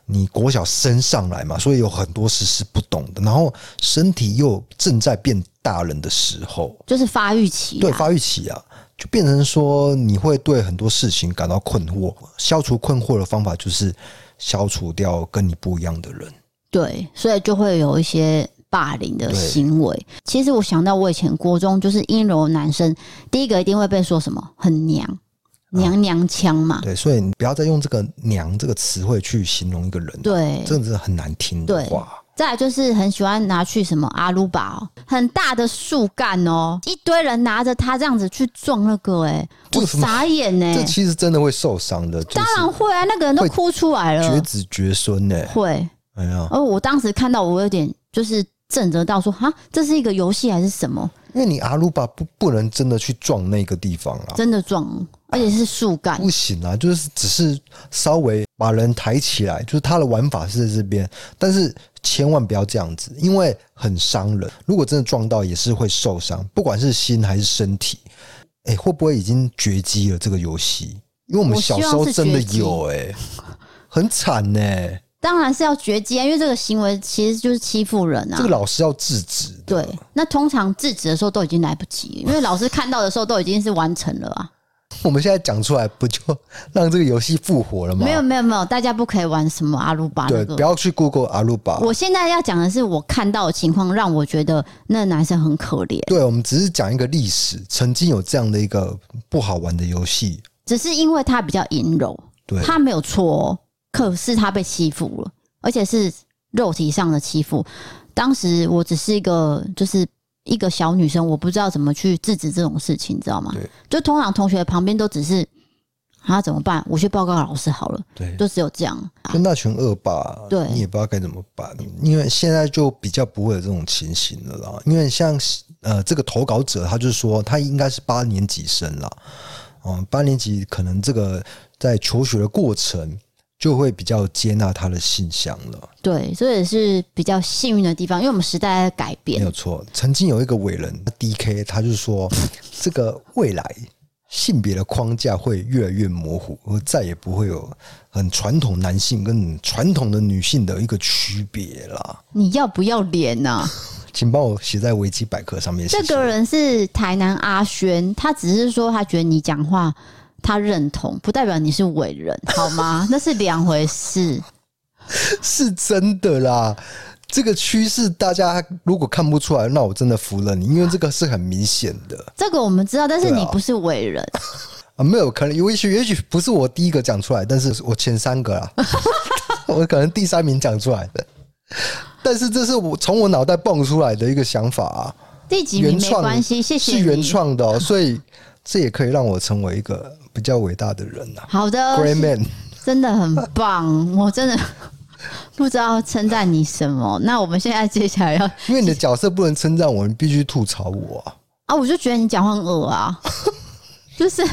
Speaker 3: 你国小升上来嘛，所以有很多事是不懂的，然后身体又正在变大人的时候，
Speaker 2: 就是发育期、啊，
Speaker 3: 对发育期啊，就变成说你会对很多事情感到困惑。消除困惑的方法就是消除掉跟你不一样的人。
Speaker 2: 对，所以就会有一些霸凌的
Speaker 3: 对
Speaker 2: 行为。其实我想到我以前国中就是阴柔男生，第一个一定会被说什么很
Speaker 3: 啊
Speaker 2: 娘，娘娘腔嘛，
Speaker 3: 对，所以你不要再用这个“娘”这个词汇去形容一个人，，
Speaker 2: 对。
Speaker 3: 真的是很难听的
Speaker 2: 对
Speaker 3: 话。
Speaker 2: 再来就是很喜欢拿去什么阿鲁巴、哦，很大的树干哦，一堆人拿着它这样子去撞那个、哎，
Speaker 3: 这
Speaker 2: 我
Speaker 3: 个什么
Speaker 2: 傻眼呢、
Speaker 3: 这其实真的会受伤的，就
Speaker 2: 嗯当然
Speaker 3: 是
Speaker 2: 会啊，那个人都
Speaker 3: 会
Speaker 2: 哭出来
Speaker 3: 绝
Speaker 2: 了，
Speaker 3: 子绝孙呢、
Speaker 2: 会。
Speaker 3: 哎呀，
Speaker 2: 而我当时看到，我有点就是震得到说，哈，这是一个游戏还是什么？
Speaker 3: 因为你阿鲁巴不不能真的去撞那个地方啦，
Speaker 2: 真的撞，而且是树干。
Speaker 3: 不行啊，就是只是稍微把人抬起来，就是他的玩法是在这边，但是千万不要这样子，因为很伤人。如果真的撞到，也是会受伤，不管是心还是身体。哎、会不会已经绝迹了这个游戏？因为我们
Speaker 2: 我希
Speaker 3: 小
Speaker 2: 望
Speaker 3: 时候
Speaker 2: 是
Speaker 3: 真的
Speaker 2: 绝迹
Speaker 3: 有哎、很惨欸呢、
Speaker 2: 当然是要绝迹啊，因为这个行为其实就是欺负人啊。
Speaker 3: 这个老师要制止的。
Speaker 2: 对，那通常制止的时候都已经来不及，因为老师看到的时候都已经是完成了啊。
Speaker 3: 我们现在讲出来，不就让这个游戏复活了吗？
Speaker 2: 没有没有没有，大家不可以玩什么啊阿鲁巴那
Speaker 3: 对，不
Speaker 2: 个。
Speaker 3: 要去 Google 阿鲁巴。
Speaker 2: 我现在要讲的是，我看到的情况让我觉得那男生很可怜，
Speaker 3: 对，我们只是讲一个历史，曾经有这样的一个不好玩的游戏。
Speaker 2: 只是因为他比较阴柔，
Speaker 3: 对，
Speaker 2: 他没有错、哦，可是他被欺负了，而且是肉体上的欺负。当时我只是一个就是一个小女生，我不知道怎么去制止这种事情，你知道吗
Speaker 3: 对？
Speaker 2: 就通常同学旁边都只是啊怎么办？我去报告老师好了，
Speaker 3: 对，
Speaker 2: 就只有这样。啊
Speaker 3: 就那群恶霸，
Speaker 2: 对
Speaker 3: 你也不知道该怎么办，因为现在就比较不会有这种情形了啦。因为像呃，这个投稿者他就是说，他应该是八年级生啦，嗯、八年级可能这个在求学的过程就会比较接纳他的性向了，
Speaker 2: 对，这也是比较幸运的地方，因为我们时代在改
Speaker 3: 没有
Speaker 2: 变。
Speaker 3: 错。曾经有一个伟人 D K，他就说， 这个未来性别的框架会越来越模糊，而再也不会有很传统男性跟很传统的女性的一个区别啦。
Speaker 2: 你要不要脸啊呐、
Speaker 3: 请帮我写在维基百科上面。谢
Speaker 2: 这
Speaker 3: 谢
Speaker 2: 个人是台南阿轩，他只是说他觉得你讲话他认同，不代表你是伟人，好 吗？那是两回事。
Speaker 3: 是真的啦，这个趋势大家如果看不出来，那我真的服了你，因为这个是很明显的
Speaker 2: 这个我们知道，但是
Speaker 3: 对啊
Speaker 2: 你不是伟人，
Speaker 3: 啊。没有可能，也许也许不是我第一个讲出来，但是我前三 个啦，啊我可能第三名讲出来的。但是这是我从我脑袋蹦出来的一个想法啊，
Speaker 2: 第几名没
Speaker 3: 原创
Speaker 2: 关系，谢谢
Speaker 3: 是原
Speaker 2: 你。
Speaker 3: 创的、哦，所以这也可以让我成为一个比较伟大的人呐、
Speaker 2: 好的
Speaker 3: g r e y，Man。
Speaker 2: 真的很棒，我真的 不知道称赞你什么。那我们现在接下来要
Speaker 3: 因为你的角色不能称赞我，你啊必须吐槽我啊。
Speaker 2: 啊，我就觉得你讲话很恶啊，就是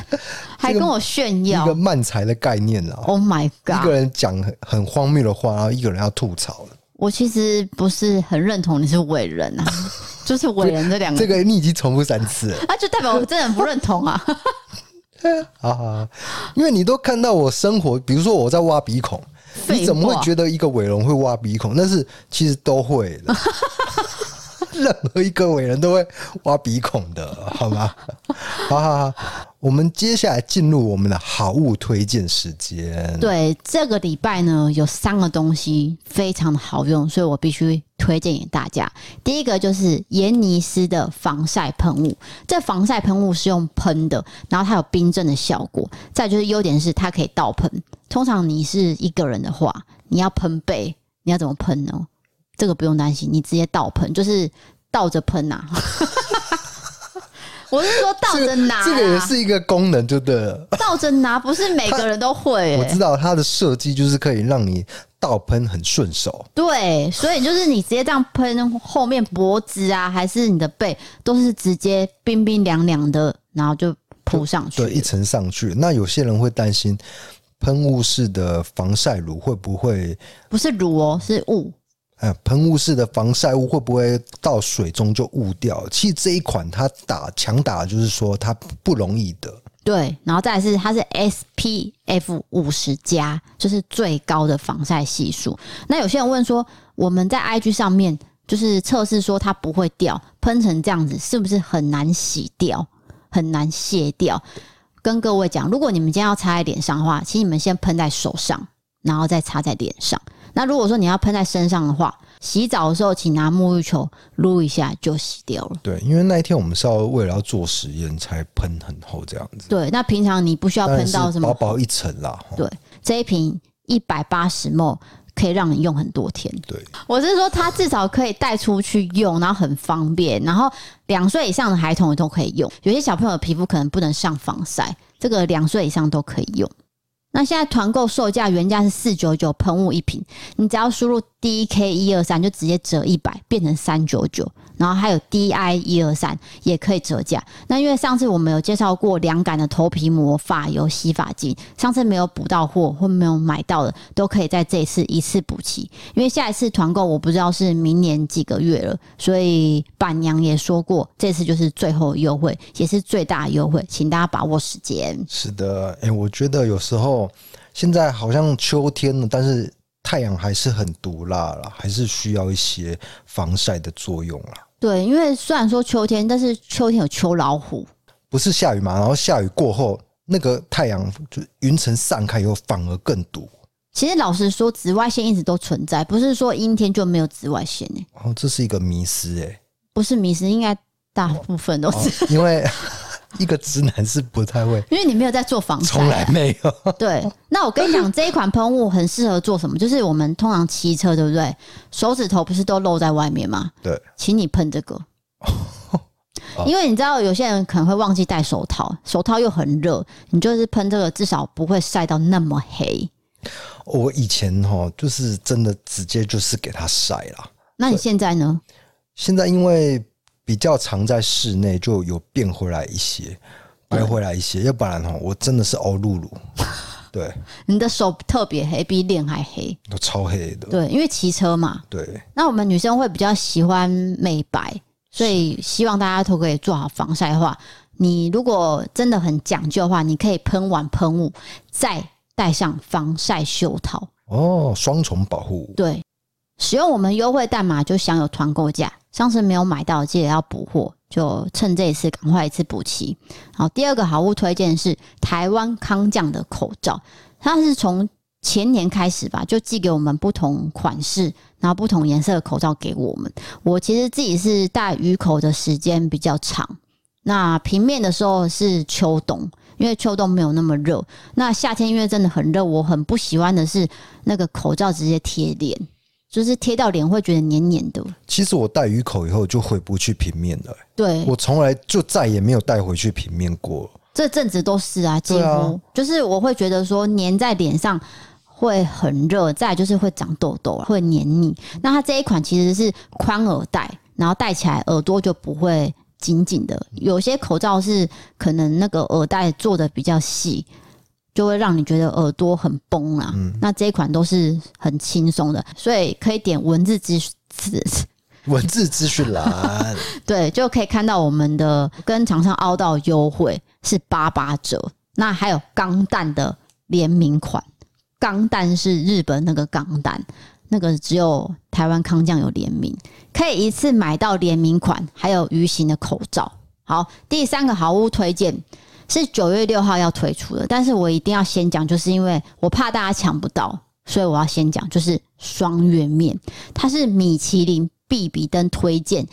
Speaker 2: 还跟我炫
Speaker 3: 一
Speaker 2: 耀。
Speaker 3: 个漫才的概念啊，
Speaker 2: Oh my
Speaker 3: 一个
Speaker 2: god！
Speaker 3: 人讲很很荒谬的话，然后一个人要吐槽了
Speaker 2: 我其实不是很认同你是伟人啊， 就是伟人这两
Speaker 3: 这
Speaker 2: 个，
Speaker 3: 个你已经重复三次了，
Speaker 2: 啊，就代表我真的很不认同啊。
Speaker 3: 哈哈。啊因为你都看到我生活，比如说我在挖鼻孔，
Speaker 2: 废话
Speaker 3: 你怎么会觉得一个伟人会挖鼻孔？但是其实都会 的，任何一个伟人都会挖鼻孔的，好吗？ 好好好，我们接下来进入我们的好物推荐时间。
Speaker 2: 对，这个礼拜呢有三个东西非常的好用，所以我必须推荐给大家。第一个就是延尼斯的防晒喷雾，这防晒喷雾是用喷的，然后它有冰镇的效果。再就是优点是它可以倒喷，通常你是一个人的话，你要喷背，你要怎么喷呢？这个不用担心，你直接倒喷，就是倒着喷呐、 我是说倒着拿啦、
Speaker 3: 这个也是一个功能，就对了。
Speaker 2: 倒着拿，不是每个人都会、欸。
Speaker 3: 我知道它的设计就是可以让你倒喷很顺手，
Speaker 2: 对，所以就是你直接这样喷后面脖子啊，还是你的背，都是直接冰冰凉凉的，然后就扑上去。
Speaker 3: 对，一层上去。那有些人会担心喷雾式的防晒乳会不会，
Speaker 2: 不是乳哦，是雾。
Speaker 3: 呃，喷雾式的防晒物会不会到水中就雾掉？其实这一款它打强打就是说它不容易的，
Speaker 2: 对，然后再来是它是 SPF 五十加，就是最高的防晒系数。那有些人问说，我们在 IG 上面就是测试说它不会掉，喷成这样子是不是很难洗掉，很难卸掉？跟各位讲，如果你们今天要擦在脸上的话，请你们先喷在手上，然后再擦在脸上。那如果说你要喷在身上的话，洗澡的时候请拿沐浴球撸一下就洗掉了。
Speaker 3: 对，因为那一天我们是要为了要做实验才喷很厚这样子，
Speaker 2: 对，那平常你不需要
Speaker 3: 当然
Speaker 2: 喷
Speaker 3: 是
Speaker 2: 到什么
Speaker 3: 薄薄一层啦。吼
Speaker 2: 对这一瓶一百八十 ml 可以让你用很多天。
Speaker 3: 对，
Speaker 2: 我是说，它至少可以带出去用，然后很方便，然后两岁以上的孩童也都可以用。有些小朋友的皮肤可能不能上防晒，这个两岁以上都可以用。那现在团购售价原价是四九九，喷雾一瓶，你只要输入 D K 一二三就直接折一百，变成三九九。然后还有 D I 一二三也可以折价。那因为上次我们有介绍过凉感的头皮膜、发油、洗发精，上次没有补到货或没有买到的，都可以在这一次一次补齐。因为下一次团购我不知道是明年几个月了，所以板娘也说过，这次就是最后优惠，也是最大的优惠，请大家把握时间。
Speaker 3: 是的，哎、我觉得有时候现在好像秋天了，但是太阳还是很毒辣啦，还是需要一些防晒的作用啦。
Speaker 2: 对，因为虽然说秋天，但是秋天有秋老虎，
Speaker 3: 不是下雨嘛，然后下雨过后，那个太阳就云层散开以后，反而更毒。
Speaker 2: 其实老实说，紫外线一直都存在，不是说阴天就没有紫外线呢、
Speaker 3: 哦，这是一个迷失哎、
Speaker 2: 不是迷失，应该大部分都是，
Speaker 3: 哦 因为 一个直男是不太会，
Speaker 2: 因为你没有在做防晒
Speaker 3: 从
Speaker 2: 啊、
Speaker 3: 来没有。
Speaker 2: 对，那我跟你讲，这一款喷雾很适合做什么？就是我们通常骑车，对不对？手指头不是都露在外面吗？
Speaker 3: 对，
Speaker 2: 请你喷这个，因为你知道有些人可能会忘记戴手套，手套又很热，你就是喷这个，至少不会晒到那么黑。
Speaker 3: 我以前哈，就是真的直接就是给它晒啦。
Speaker 2: 那你现在呢？
Speaker 3: 现在因为比较常在室内，就有变回来一些，白回来一些，要不然哈，我真的是 欧露露，对，
Speaker 2: 你的手特别黑，比脸还黑。
Speaker 3: 都超黑的，
Speaker 2: 对，因为骑车嘛，
Speaker 3: 对，
Speaker 2: 那我们女生会比较喜欢美白，所以希望大家都可以做好防晒的话，你如果真的很讲究的话，你可以喷完喷雾再戴上防晒袖套。
Speaker 3: 哦，双重保护，
Speaker 2: 对，使用我们优惠代码就享有团购价，上次没有买到记得要补货，就趁这一次赶快一次补齐。好，第二个好物推荐是台湾康匠的口罩，它是从前年开始吧，就寄给我们不同款式，然后不同颜色的口罩给我们。我其实自己是戴鱼口的时间比较长，那平面的时候是秋冬，因为秋冬没有那么热。那夏天因为真的很热，我很不喜欢的是那个口罩直接贴脸，就是贴到脸会觉得黏黏的。
Speaker 3: 其实我戴鱼口以后就回不去平面了、欸
Speaker 2: 对，
Speaker 3: 我从来就再也没有带回去平面过了。
Speaker 2: 这阵子都是啊，几
Speaker 3: 对
Speaker 2: 乎、
Speaker 3: 啊
Speaker 2: 就是我会觉得说粘在脸上会很热，再来就是会长痘痘啊，会黏腻。那它这一款其实是宽耳戴，然后戴起来耳朵就不会紧紧的。有些口罩是可能那个耳带做的比较细。就会让你觉得耳朵很崩啦、
Speaker 3: 嗯
Speaker 2: 那这一款都是很轻松的，所以可以点文字资资
Speaker 3: 文字资讯栏，
Speaker 2: 对，就可以看到我们的跟厂商凹到优惠是八八折，那还有钢弹的联名款，钢弹是日本那个钢弹，那个只有台湾康酱有联名，可以一次买到联名款，还有鱼形的口罩。好，第三个好物推荐是九月六号要推出的，但是我一定要先讲，就是因为我怕大家抢不到，所以我要先讲，就是双月面，它是米其林必比登推荐，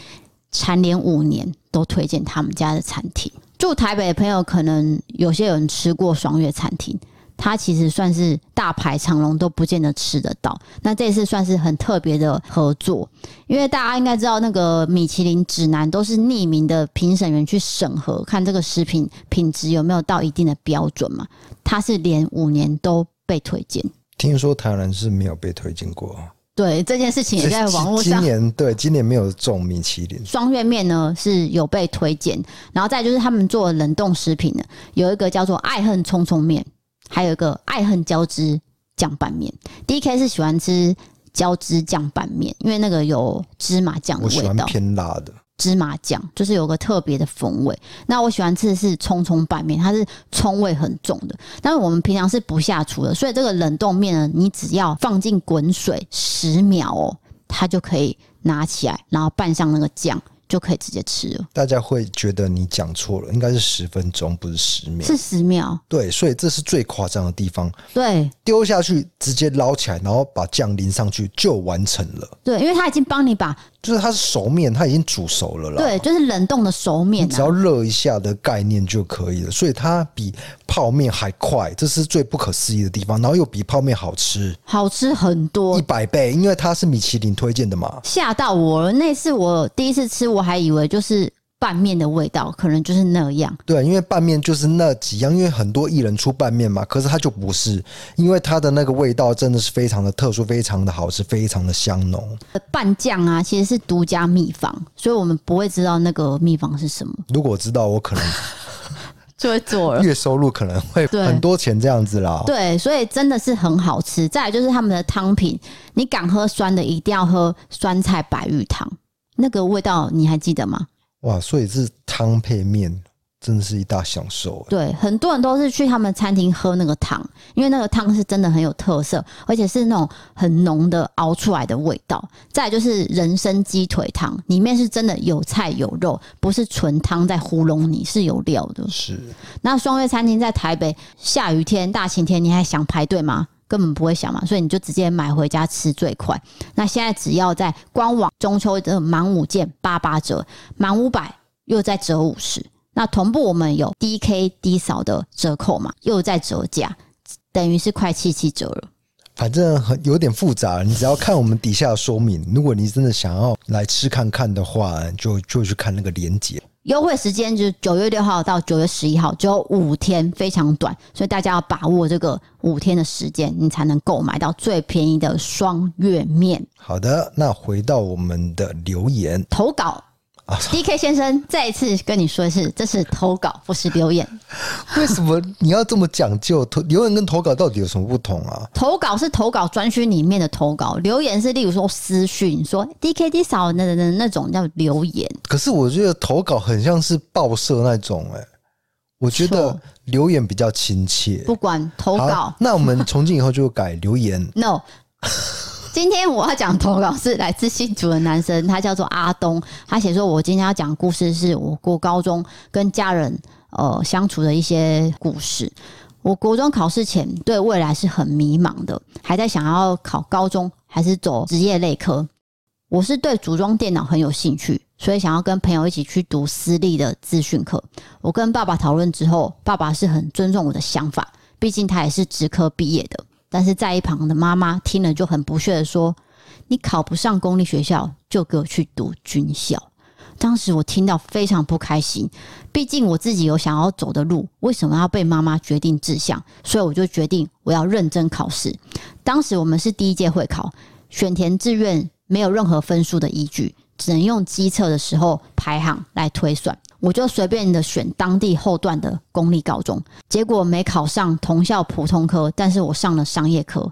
Speaker 2: 蝉联五年都推荐他们家的餐厅。住台北的朋友可能有些人吃过双月餐厅，它其实算是大排长龙都不见得吃得到。那这次算是很特别的合作，因为大家应该知道那个米其林指南都是匿名的评审员去审核，看这个食品品质有没有到一定的标准嘛。它是连五年都被推荐，
Speaker 3: 听说台南是没有被推荐过，
Speaker 2: 对这件事情也在网络
Speaker 3: 今
Speaker 2: 上
Speaker 3: 今年对今年没有中米其林，
Speaker 2: 双月面呢是有被推荐，然后再就是他们做的冷冻食品呢，有一个叫做爱恨葱葱面，还有一个爱恨交织酱拌面。D K 是喜欢吃交织酱拌面，因为那个有芝麻酱的
Speaker 3: 我喜
Speaker 2: 味
Speaker 3: 欢
Speaker 2: 道，
Speaker 3: 偏辣的，
Speaker 2: 芝麻酱就是有个特别的风味。那我喜欢吃的是葱葱拌面，它是葱味很重的，但是我们平常是不下厨的，所以这个冷冻面呢，你只要放进滚水十秒哦，它就可以拿起来，然后拌上那个酱，就可以直接吃了，
Speaker 3: 大家会觉得你讲错了，应该是十分钟，不是十秒。
Speaker 2: 是十秒。
Speaker 3: 对，所以这是最夸张的地方。
Speaker 2: 对
Speaker 3: 丢下去，直接捞起来，然后把酱淋上去就完成了。
Speaker 2: 对，因为它已经帮你把
Speaker 3: 就是它是熟面，它已经煮熟了啦。
Speaker 2: 对，啊就是冷冻的熟面
Speaker 3: 你只
Speaker 2: 啊
Speaker 3: 要，热一下的概念就可以了，所以它比泡面还快，这是最不可思议的地方。然后又比泡面好吃
Speaker 2: 好吃很多
Speaker 3: 一。百倍，因为它是米其林推荐的嘛。
Speaker 2: 吓到我了！那次我第一次吃，我还以为就是拌面的味道，可能就是那样。
Speaker 3: 对，啊因为拌面就是那几样，因为很多艺人出拌面嘛，可是它就不是，因为它的那个味道真的是非常的特殊，非常的好吃，非常的香浓。
Speaker 2: 呃拌酱啊，其实是独家秘方，所以我们不会知道那个秘方是什么，
Speaker 3: 如果我知道，我可能
Speaker 2: 就会做了。
Speaker 3: 月收入可能会
Speaker 2: 对
Speaker 3: 很多钱这样子啦。
Speaker 2: 对，所以真的是很好吃。再来就是他们的汤品，你敢喝酸的，一定要喝酸菜白玉汤，那个味道你还记得吗？
Speaker 3: 哇，所以是汤配面，真的是一大享受。欸
Speaker 2: 对，很多人都是去他们餐厅喝那个汤，因为那个汤是真的很有特色，而且是那种很浓的熬出来的味道。再来就是人参鸡腿汤，里面是真的有菜有肉，不是纯汤在糊弄你，是有料的。
Speaker 3: 是，
Speaker 2: 那双月餐厅在台北，下雨天、大晴天，你还想排队吗？根本不会想嘛，所以你就直接买回家吃最快。那现在只要在官网中秋的满五件八八折，满五百又再折五十。那同步我们有 DK 低扫的折扣嘛，又在折价，等于是快七七折了。
Speaker 3: 反正很有点复杂，你只要看我们底下的说明。如果你真的想要来吃看看的话，就就去看那个链接。
Speaker 2: 优惠时间就是九月六号到九月十一号，只有五天，非常短，所以大家要把握这个五天的时间，你才能购买到最便宜的双月面。
Speaker 3: 好的，那回到我们的留言
Speaker 2: 投稿。
Speaker 3: 啊
Speaker 2: DK 先生，再一次跟你说一次，这是投稿，不是留言。
Speaker 3: 为什么你要这么讲究？投留言跟投稿到底有什么不同啊？
Speaker 2: 投稿是投稿专区里面的投稿，留言是例如说私讯说 DK D 嫂那那那种叫留言。
Speaker 3: 可是我觉得投稿很像是报社那种、欸，我觉得
Speaker 2: 错
Speaker 3: 留言比较亲切。
Speaker 2: 不管投
Speaker 3: 好
Speaker 2: 稿，
Speaker 3: 那我们从今以后就改留言。
Speaker 2: No，今天我要讲投稿是来自新竹的男生，他叫做阿东，他写说我今天要讲故事是我国高中跟家人呃相处的一些故事。我国中考试前对未来是很迷茫的，还在想要考高中还是走职业类科。我是对组装电脑很有兴趣，所以想要跟朋友一起去读私立的资讯课。我跟爸爸讨论之后，爸爸是很尊重我的想法，毕竟他也是职科毕业的。但是在一旁的妈妈听了就很不屑的说：“你考不上公立学校，就给我去读军校。”当时我听到非常不开心，毕竟我自己有想要走的路，为什么要被妈妈决定志向？所以我就决定我要认真考试。当时我们是第一届会考，选填志愿没有任何分数的依据，只能用机测的时候排行来推算。我就随便的选当地后段的公立高中，结果没考上同校普通科，但是我上了商业科。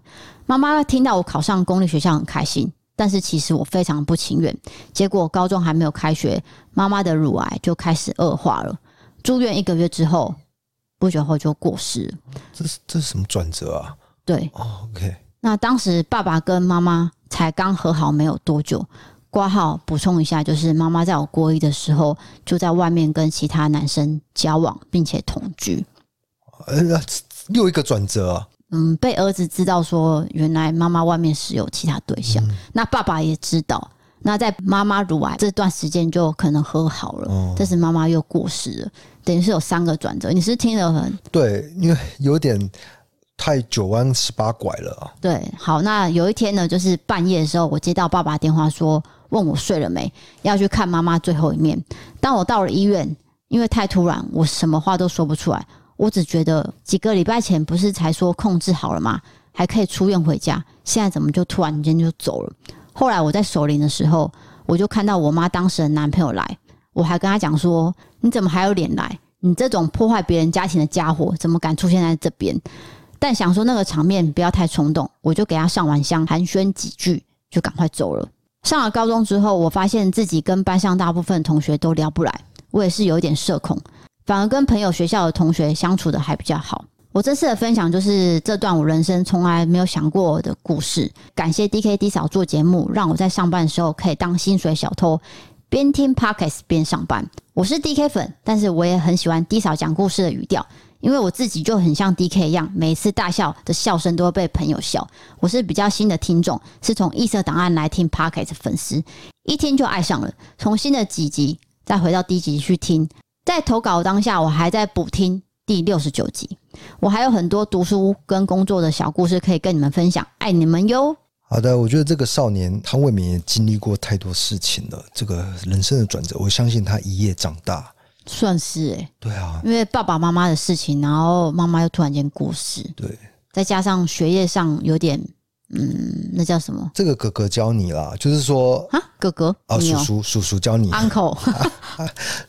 Speaker 2: 妈妈听到我考上公立学校很开心，但是其实我非常不情愿。结果高中还没有开学，妈妈的乳癌就开始恶化了，住院一个月之后，不久后就过世了。
Speaker 3: 这是这是什么转折啊、
Speaker 2: 对，
Speaker 3: 哦、？OK，
Speaker 2: 那当时爸爸跟妈妈才刚和好没有多久，挂号补充一下，就是妈妈在我国一的时候就在外面跟其他男生交往，并且同居。
Speaker 3: 呃，那又一个转折啊。
Speaker 2: 嗯，被儿子知道说，原来妈妈外面是有其他对象，那爸爸也知道。那在妈妈乳癌这段时间就可能和好了，
Speaker 3: 哦
Speaker 2: 但是妈妈又过世了，等于是有三个转折。你是听得很
Speaker 3: 对，因为有点太九弯十八拐了啊。
Speaker 2: 对，好，那有一天呢，就是半夜的时候，我接到爸爸电话说，问我睡了没，要去看妈妈最后一面。当我到了医院，因为太突然，我什么话都说不出来，我只觉得几个礼拜前不是才说控制好了吗？还可以出院回家，现在怎么就突然间就走了？后来我在守灵的时候，我就看到我妈当时的男朋友来，我还跟他讲说：“你怎么还有脸来？你这种破坏别人家庭的家伙，怎么敢出现在这边？”但想说那个场面不要太冲动，我就给他上完香，寒暄几句就赶快走了。上了高中之后，我发现自己跟班上大部分同学都聊不来，我也是有一点社恐，反而跟朋友、学校的同学相处的还比较好。我这次的分享就是这段我人生从来没有想过的故事。感谢 D K D 嫂做节目，让我在上班的时候可以当薪水小偷，边听 podcast 边上班。我是 DK 粉，但是我也很喜欢 D 嫂讲故事的语调，因为我自己就很像 DK 一样，每次大笑的笑声都会被朋友笑。我是比较新的听众，是从异色档案来听 podcast 的粉丝，一听就爱上了，从新的几集再回到第一集去听。在投稿当下，我还在补听第六十九集，我还有很多读书跟工作的小故事可以跟你们分享，爱你们哟！
Speaker 3: 好的，我觉得这个少年他未免也经历过太多事情了，这个人生的转折，我相信他一夜长大。
Speaker 2: 算是欸诶、
Speaker 3: 对啊，
Speaker 2: 因为爸爸妈妈的事情，然后妈妈又突然间过世，
Speaker 3: 对，
Speaker 2: 再加上学业上有点，嗯，那叫什么
Speaker 3: 这个哥哥教你啦，就是说
Speaker 2: 啊？哥哥，
Speaker 3: 啊，
Speaker 2: 你
Speaker 3: 叔
Speaker 2: 哦
Speaker 3: 叔叔叔教你，
Speaker 2: ，uncle，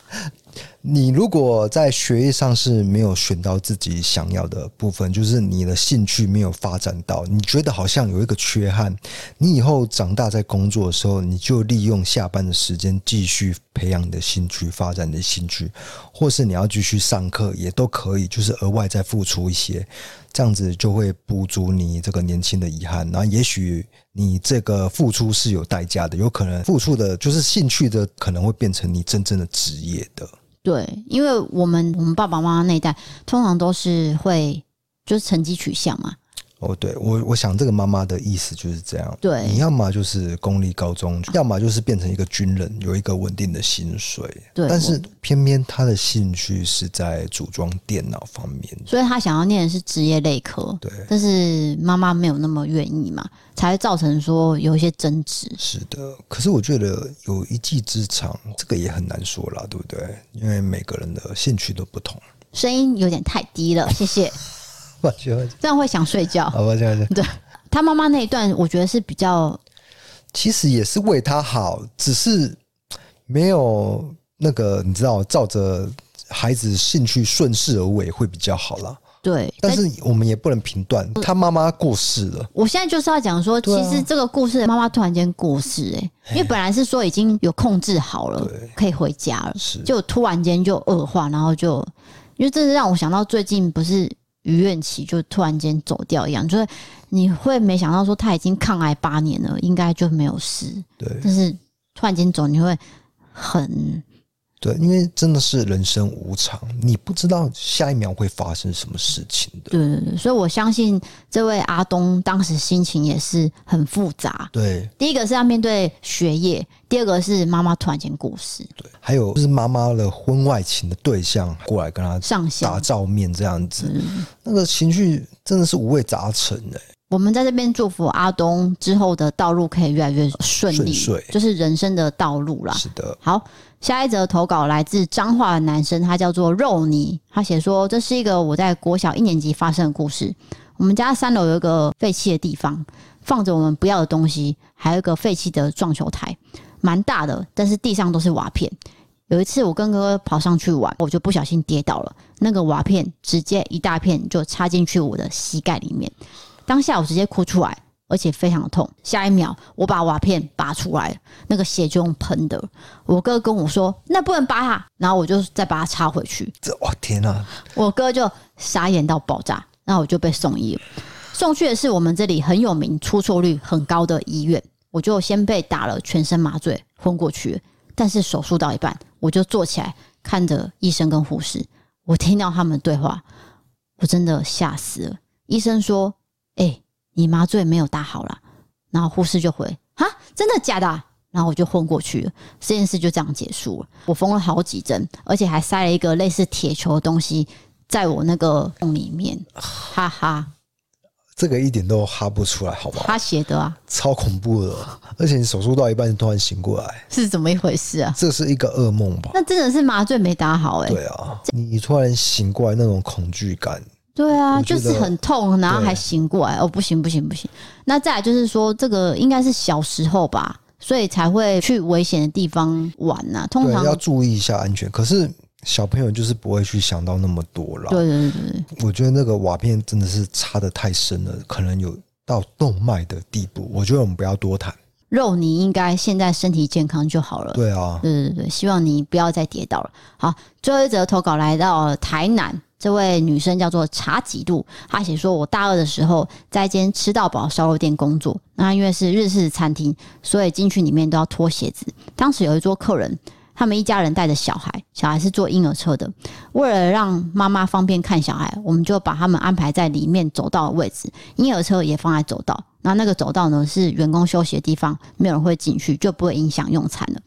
Speaker 3: 你如果在学业上是没有选到自己想要的部分，就是你的兴趣没有发展到，你觉得好像有一个缺憾，你以后长大在工作的时候，你就利用下班的时间继续培养你的兴趣，发展你的兴趣，或是你要继续上课也都可以，就是额外再付出一些，这样子就会补足你这个年轻的遗憾。然后也许你这个付出是有代价的，有可能付出的就是兴趣的，可能会变成你真正的职业的。
Speaker 2: 对，因为我们我们爸爸妈妈那一代通常都是会就是成绩取向嘛，
Speaker 3: 哦，对我，我想这个妈妈的意思就是这样。
Speaker 2: 对
Speaker 3: 你要么就是公立高中，要么就是变成一个军人，有一个稳定的薪水。
Speaker 2: 对
Speaker 3: 但是
Speaker 2: 我
Speaker 3: 偏偏他的兴趣是在组装电脑方面。
Speaker 2: 所以他想要念的是职业类科，
Speaker 3: 对，
Speaker 2: 但是妈妈没有那么愿意嘛，才会造成说有一些争执。
Speaker 3: 是的。可是我觉得有一技之长，这个也很难说啦，对不对？因为每个人的兴趣都不同。
Speaker 2: 声音有点太低了，谢谢，
Speaker 3: 抱歉，抱歉，
Speaker 2: 这样会想睡觉。
Speaker 3: 好，抱歉，抱歉。
Speaker 2: 他妈妈那一段，我觉得是比较
Speaker 3: 其实也是为他好，只是没有那个你知道，照着孩子兴趣顺势而为会比较好啦。
Speaker 2: 对，
Speaker 3: 但是我们也不能评断，他妈妈过世了，
Speaker 2: 我现在就是要讲说，其
Speaker 3: 对啊
Speaker 2: 实这个故事妈妈突然间过世、欸，因为本来是说已经有控制好了
Speaker 3: 对，
Speaker 2: 可以回家了，
Speaker 3: 是
Speaker 2: 就突然间就恶化，然后就，因为这是让我想到最近不是于愿琪就突然间走掉一样，就是你会没想到说他已经抗癌八年了，应该就没有事，
Speaker 3: 对
Speaker 2: 但是突然间走，你会很
Speaker 3: 对，因为真的是人生无常，你不知道下一秒会发生什么事情的。
Speaker 2: 对对对，所以我相信这位阿东当时心情也是很复杂。
Speaker 3: 对，
Speaker 2: 第一个是要面对学业，第二个是妈妈突然间过世，
Speaker 3: 还有就是妈妈的婚外情的对象过来跟他
Speaker 2: 上
Speaker 3: 打
Speaker 2: 下。
Speaker 3: 照面这样子，那个情绪真的是五味杂陈欸的、
Speaker 2: 我们在这边祝福阿东之后的道路可以越来越顺利，
Speaker 3: 顺遂
Speaker 2: 就是人生的道路啦。
Speaker 3: 是的，
Speaker 2: 好，下一则投稿来自彰化的男生，他叫做肉泥，他写说这是一个我在国小一年级发生的故事。我们家三楼有一个废弃的地方，放着我们不要的东西，还有一个废弃的撞球台，蛮大的，但是地上都是瓦片。有一次我跟哥哥跑上去玩，我就不小心跌倒了，那个瓦片直接一大片就插进去我的膝盖里面，当下我直接哭出来，而且非常痛。下一秒我把瓦片拔出来，那个血就用喷的，我哥跟我说：“那不能拔它。”然后我就再把它插回去。
Speaker 3: 这哇天啊哪、
Speaker 2: 我哥就傻眼到爆炸，然后我就被送医了。送去的是我们这里很有名、出错率很高的医院，我就先被打了全身麻醉，昏过去了。但是手术到一半，我就坐起来看着医生跟护士，我听到他们对话，我真的吓死了。医生说：“哎、你麻醉没有打好啦。”然后护士就回：“啊，真的假的啊、然后我就昏过去了，这件事就这样结束了。我缝了好几针，而且还塞了一个类似铁球的东西在我那个洞里面，哈哈，
Speaker 3: 这个一点都哈不出来，好 不好？
Speaker 2: 他写的啊，
Speaker 3: 超恐怖的，而且你手术到一半突然醒过来，
Speaker 2: 是怎么一回事啊？
Speaker 3: 这是一个噩梦吧？
Speaker 2: 那真的是麻醉没打好哎、
Speaker 3: 对啊，你突然醒过来那种恐惧感，
Speaker 2: 对啊，
Speaker 3: 我觉
Speaker 2: 就
Speaker 3: 得
Speaker 2: 是很痛，然后
Speaker 3: 对
Speaker 2: 还醒过来，哦，不行不行不行。那再来就是说，这个应该是小时候吧，所以才会去危险的地方玩呐、通
Speaker 3: 对，
Speaker 2: 常
Speaker 3: 要注意一下安全。可是小朋友就是不会去想到那么多啦。
Speaker 2: 对对对对，
Speaker 3: 我觉得那个瓦片真的是插的太深了，可能有到动脉的地步。我觉得我们不要多谈。
Speaker 2: 肉你应该现在身体健康就好了。
Speaker 3: 对啊，
Speaker 2: 对对对，希望你不要再跌倒了。好，最后一则投稿来到台南，这位女生叫做茶几度，她写说：“我大二的时候在一间吃到饱烧肉店工作，那因为是日式餐厅，所以进去里面都要脱鞋子。当时有一桌客人。”他们一家人带着小孩，小孩是坐婴儿车的。为了让妈妈方便看小孩，我们就把他们安排在里面走道的位置，婴儿车也放在走道。那那个走道呢是员工休息的地方，没有人会进去，就不会影响用餐了。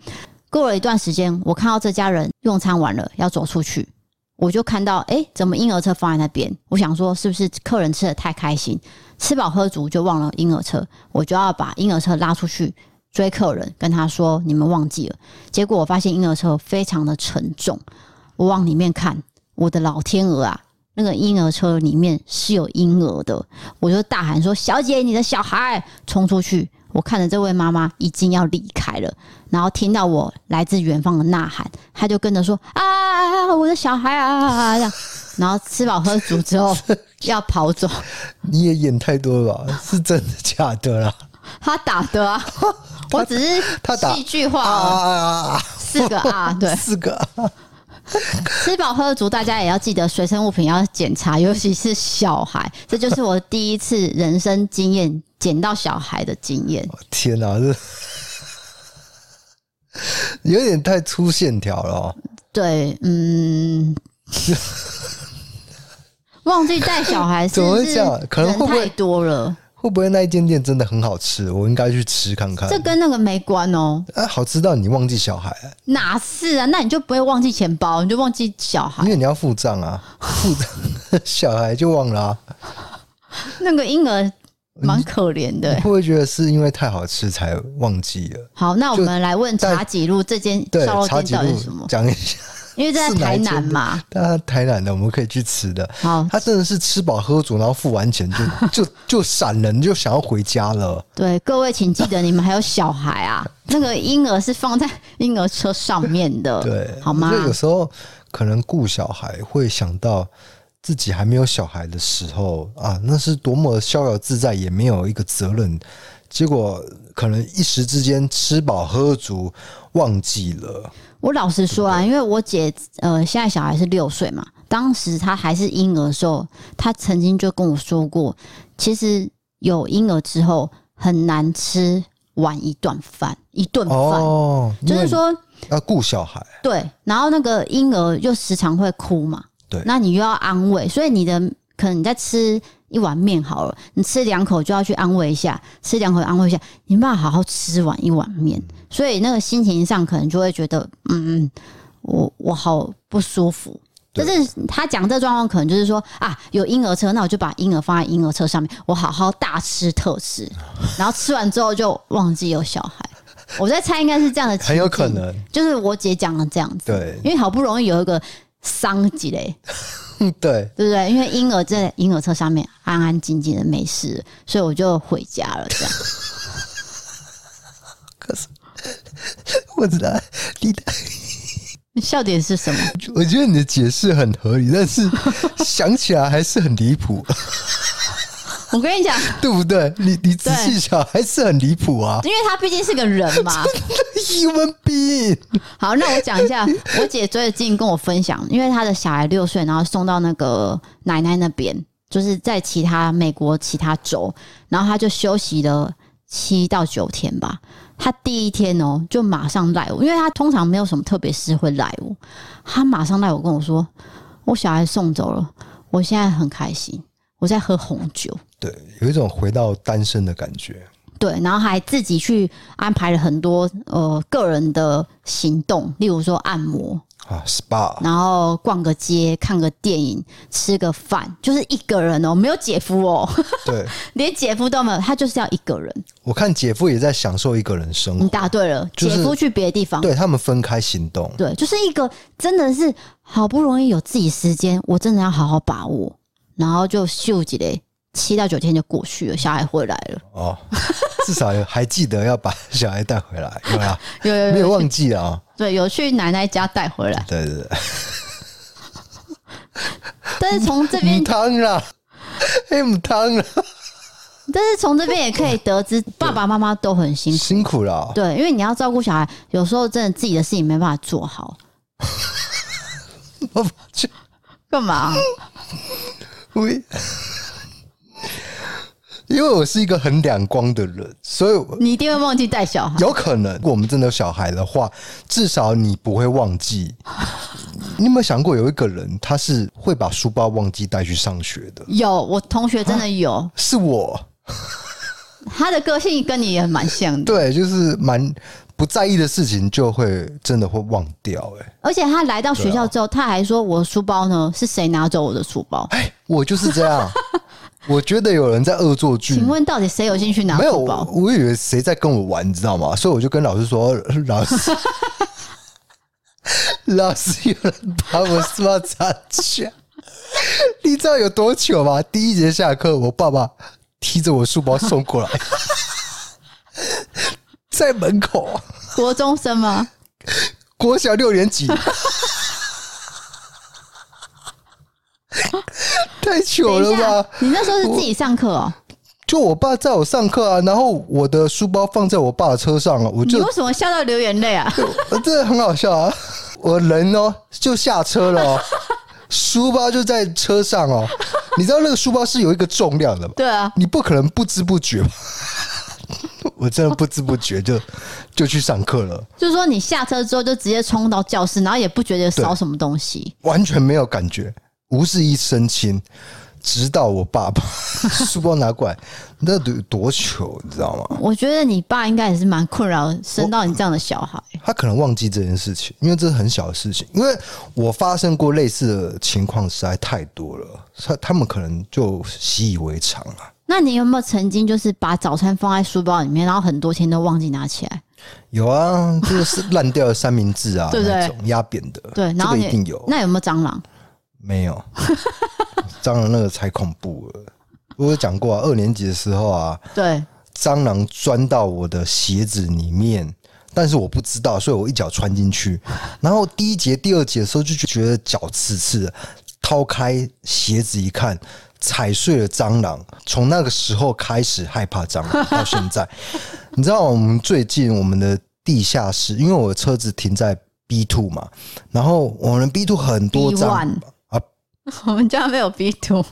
Speaker 2: 过了一段时间，我看到这家人用餐完了要走出去，我就看到哎、诶怎么婴儿车放在那边？我想说是不是客人吃的太开心，吃饱喝足就忘了婴儿车，我就要把婴儿车拉出去追客人，跟他说你们忘记了。结果我发现婴儿车非常的沉重，我往里面看，我的老天鹅啊！那个婴儿车里面是有婴儿的，我就大喊说：“小姐，你的小孩！”冲出去，我看着这位妈妈已经要离开了，然后听到我来自远方的呐喊，她就跟着说：“啊，我的小孩啊！”啊啊这样，然后吃饱喝足之 后要跑走，
Speaker 3: 你也演太多了 吧？是真的假的啦？
Speaker 2: 他打的啊，我只是
Speaker 3: 他打
Speaker 2: 戏剧化
Speaker 3: 啊
Speaker 2: 而已
Speaker 3: 啊啊啊！
Speaker 2: 四个啊，对，
Speaker 3: 四个啊，
Speaker 2: 吃饱喝足，大家也要记得随身物品要检查，尤其是小孩。这就是我第一次人生经验，捡到小孩的经验。
Speaker 3: 天哪、这 有点太粗线条了、哦。
Speaker 2: 对，嗯，忘记带小孩是
Speaker 3: 怎么
Speaker 2: 不
Speaker 3: 会
Speaker 2: 是
Speaker 3: 这样啊可能
Speaker 2: 人
Speaker 3: 会不会
Speaker 2: 太多了？
Speaker 3: 会不会那一间店真的很好吃？我应该去吃看看。
Speaker 2: 这跟那个没关哦，
Speaker 3: 啊，好吃到你忘记小孩，
Speaker 2: 哪是啊？那你就不会忘记钱包，你就忘记小
Speaker 3: 因
Speaker 2: 孩。
Speaker 3: 为你要付账啊，付账 小孩就忘 了、啊。
Speaker 2: 那个婴儿蛮可怜的、
Speaker 3: 会不会觉得是因为太好吃才忘记了？
Speaker 2: 好，那我们来问茶几路这间
Speaker 3: 对，
Speaker 2: 烧肉
Speaker 3: 茶
Speaker 2: 店
Speaker 3: 几
Speaker 2: 到底是什
Speaker 3: 路
Speaker 2: 么？
Speaker 3: 讲一下，
Speaker 2: 因为在
Speaker 3: 是哪
Speaker 2: 台
Speaker 3: 一间
Speaker 2: 南
Speaker 3: 的
Speaker 2: 嘛。
Speaker 3: 但他台南的我们可以去吃的。
Speaker 2: 好，
Speaker 3: 他真的是吃饱喝足，然后付完钱就就就闪人，就想要回 家了。
Speaker 2: 对，各位请记得你们还有小孩 啊，那个婴儿是放在婴儿车上面的，
Speaker 3: 对，
Speaker 2: 好
Speaker 3: 我
Speaker 2: 吗
Speaker 3: 觉？得有时候可能顾小孩会想到自己还没有小孩的时候啊，那是多么逍遥自在，也没有一个责任。结果可能一时之间吃饱喝足，忘记了。
Speaker 2: 我老实说啊，因为我姐呃现在小孩是六岁嘛，当时她还是婴儿的时候，她曾经就跟我说过，其实有婴儿之后很难吃完一顿饭，一顿饭、
Speaker 3: 哦，
Speaker 2: 就
Speaker 3: 因
Speaker 2: 是
Speaker 3: 为
Speaker 2: 说
Speaker 3: 要顾小孩，
Speaker 2: 对，然后那个婴儿又时常会哭嘛，
Speaker 3: 对
Speaker 2: 那你又要安慰，所以你的可能你在吃一碗面好了，你吃两口就要去安慰一下，吃两口安慰一下，你没办法好好吃完一碗面，所以那个心情上可能就会觉得，嗯，嗯，我我好不舒服。就
Speaker 3: 对
Speaker 2: 是他讲这状况，可能就是说啊，有婴儿车，那我就把婴儿放在婴儿车上面，我好好大吃特吃，然后吃完之后就忘记有小孩。我在猜，应该是这样的情
Speaker 3: 很有可
Speaker 2: 境
Speaker 3: 能。
Speaker 2: 就是我姐讲的这样子，
Speaker 3: 对
Speaker 2: 因为好不容易有一个桑吉嘞，
Speaker 3: 嗯，对，
Speaker 2: 对不对？因为婴儿在婴儿车上面安安静静的没事，所以我就回家了。这样
Speaker 3: 我知道，你的
Speaker 2: 你笑点是什么？
Speaker 3: 我觉得你的解释很合理，但是想起来还是很离谱，
Speaker 2: 我跟你讲，
Speaker 3: 对不对？你你仔细想还是很离谱啊
Speaker 2: 因为他毕竟是个人嘛。
Speaker 3: ，human being。
Speaker 2: 好，那我讲一下，我姐最近跟我分享，因为她的小孩六岁，然后送到那个奶奶那边，就是在其他美国其他州，然后她就休息了七到九天吧。她第一天哦，就马上赖我，因为她通常没有什么特别事会赖我，她马上赖我跟我说，我小孩送走了，我现在很开心，我在喝红酒。
Speaker 3: 对，有一种回到单身的感觉。
Speaker 2: 对，然后还自己去安排了很多呃个人的行动，例如说按摩，
Speaker 3: 啊，SPA，
Speaker 2: 然后逛个街、看个电影、吃个饭，就是一个人哦，没有姐夫哦，
Speaker 3: 对
Speaker 2: 连姐夫都没有，他就是要一个人。
Speaker 3: 我看姐夫也在享受一个人生
Speaker 2: 你
Speaker 3: 活，
Speaker 2: 答对了，
Speaker 3: 就是
Speaker 2: 姐夫去别的地方，
Speaker 3: 对他们分开行动，
Speaker 2: 对，就是一个真的是好不容易有自己时间，我真的要好好把握。然后就秀几嘞，七到九天就过去了，小孩回来了，
Speaker 3: 哦，至少有还记得要把小孩带回来，有啦，
Speaker 2: 有有
Speaker 3: 没
Speaker 2: 有，
Speaker 3: 有忘记啊，
Speaker 2: 对，有去奶奶家带回 来。
Speaker 3: 对对对，
Speaker 2: 但是从这边
Speaker 3: 啊母汤啦，黑母汤啦，
Speaker 2: 但是从这边也可以得 知，爸爸妈妈都很辛苦。
Speaker 3: 辛苦了。
Speaker 2: 对，因为你要照顾小孩，有时候真的自己的事情没办法做好，
Speaker 3: 我去，
Speaker 2: 干嘛？
Speaker 3: 我因为我是一个很两光的人，所以我
Speaker 2: 你一定会忘记带小孩。
Speaker 3: 有可能，如果我们真的有小孩的话，至少你不会忘记。你有没有想过，有一个人他是会把书包忘记带去上学的？
Speaker 2: 有，我同学真的
Speaker 3: 啊
Speaker 2: 有，
Speaker 3: 是我，
Speaker 2: 他的个性跟你也蛮像的，
Speaker 3: 对，就是蛮不在意的事情就会真的会忘掉、欸。哎，
Speaker 2: 而且他来到学校之后，他还说我的书包呢是谁拿走我的书
Speaker 3: 啊
Speaker 2: 包？
Speaker 3: 哎我就是这样。我觉得有人在恶作剧
Speaker 2: 请。问到底谁有兴趣拿
Speaker 3: 没有，
Speaker 2: 书
Speaker 3: 我
Speaker 2: 包？
Speaker 3: 我以为谁在跟我玩，你知道吗？所以我就跟老师说：“ 老师，老师，有人把我书包砸下。”你知道有多糗吗？第一节下课，我爸爸提着我书包送过来， 在门口，
Speaker 2: 国中生吗？
Speaker 3: 国小六年级，
Speaker 2: 等一下
Speaker 3: 太糗了吧！，
Speaker 2: 你那时候是自己上课哦、
Speaker 3: 就啊我爸载我上课啊，然后我的书包放在我爸的车上啊，我
Speaker 2: 你
Speaker 3: 就
Speaker 2: 为什么笑到流眼泪啊？
Speaker 3: 呃 这很好笑啊！我人哦就下车了、哦，书包就在车上哦。你知道那个书包是有一个重量的吧？
Speaker 2: 对啊，
Speaker 3: 你不可能不知不觉吧？ 我真的不知不觉就就去上课了，
Speaker 2: 就是说你下车之后就直接冲到教室，然后也不觉得少什么东西。
Speaker 3: 完全没有感觉，无事一身轻。直到我爸爸书包拿过来，那得多糗，你知道吗？
Speaker 2: 我觉得你爸应该也是蛮困扰，生到你这样的小孩。
Speaker 3: 他可能忘记这件事情，因为这是很小的事情。因为我发生过类似的情况实在太多了，他他们可能就习以为常啊了。
Speaker 2: 那你有没有曾经就是把早餐放在书包里面，然后很多天都忘记拿起来？
Speaker 3: 有啊，就是烂掉的三明治啊，
Speaker 2: 对不对
Speaker 3: 那种压扁的，
Speaker 2: 对，然后
Speaker 3: 啊这
Speaker 2: 你、
Speaker 3: 个一定有。
Speaker 2: 那有没有蟑螂？
Speaker 3: 没有， 蟑螂那个才恐怖了。我有讲过啊，二年级的时候啊，
Speaker 2: 对，
Speaker 3: 蟑螂钻到我的鞋子里面，但是我不知道，所以我一脚穿进去。然后第一节、第二节的时候就觉得脚刺刺的，掏开鞋子一看，踩碎了蟑螂。从那个时候开始害怕蟑螂，到现在，你知道我们最近我们的地下室，因为我的车子停在 B two 嘛，然后我们 B two 很多
Speaker 2: B1
Speaker 3: 蟑螂啊
Speaker 2: 我们家没有 B two，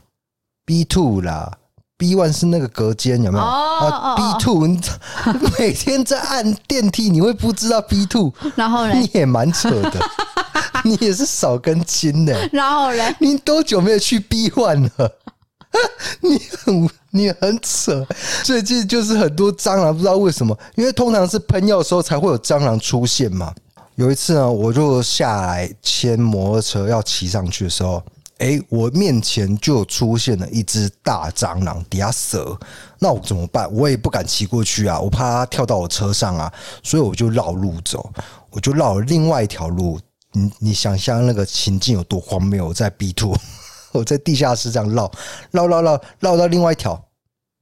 Speaker 3: B two 啦，B one 是那个隔间有没有？
Speaker 2: 哦
Speaker 3: 啊
Speaker 2: 哦
Speaker 3: ，B two 你 每天在按电梯，你会不知道 B two，
Speaker 2: 然后
Speaker 3: 你
Speaker 2: 嘞，
Speaker 3: 也蛮扯的，你也是少根筋的。
Speaker 2: 然后嘞，
Speaker 3: 你多久没有去 B one 了？ 你很你很扯，最近就是很多蟑螂，不知道为什么，因为通常是喷药的时候才会有蟑螂出现嘛。有一次呢，我就下来牵摩托车要骑上去的时候，诶，我面前就出现了一只大蟑螂，底下蛇，那我怎么办？我也不敢骑过去啊，我怕它跳到我车上啊，所以我就绕路走，我就绕了另外一条路。你你想象那个情境有多荒谬？我在 B two，我 在地下室这样绕绕绕绕绕到另外一条，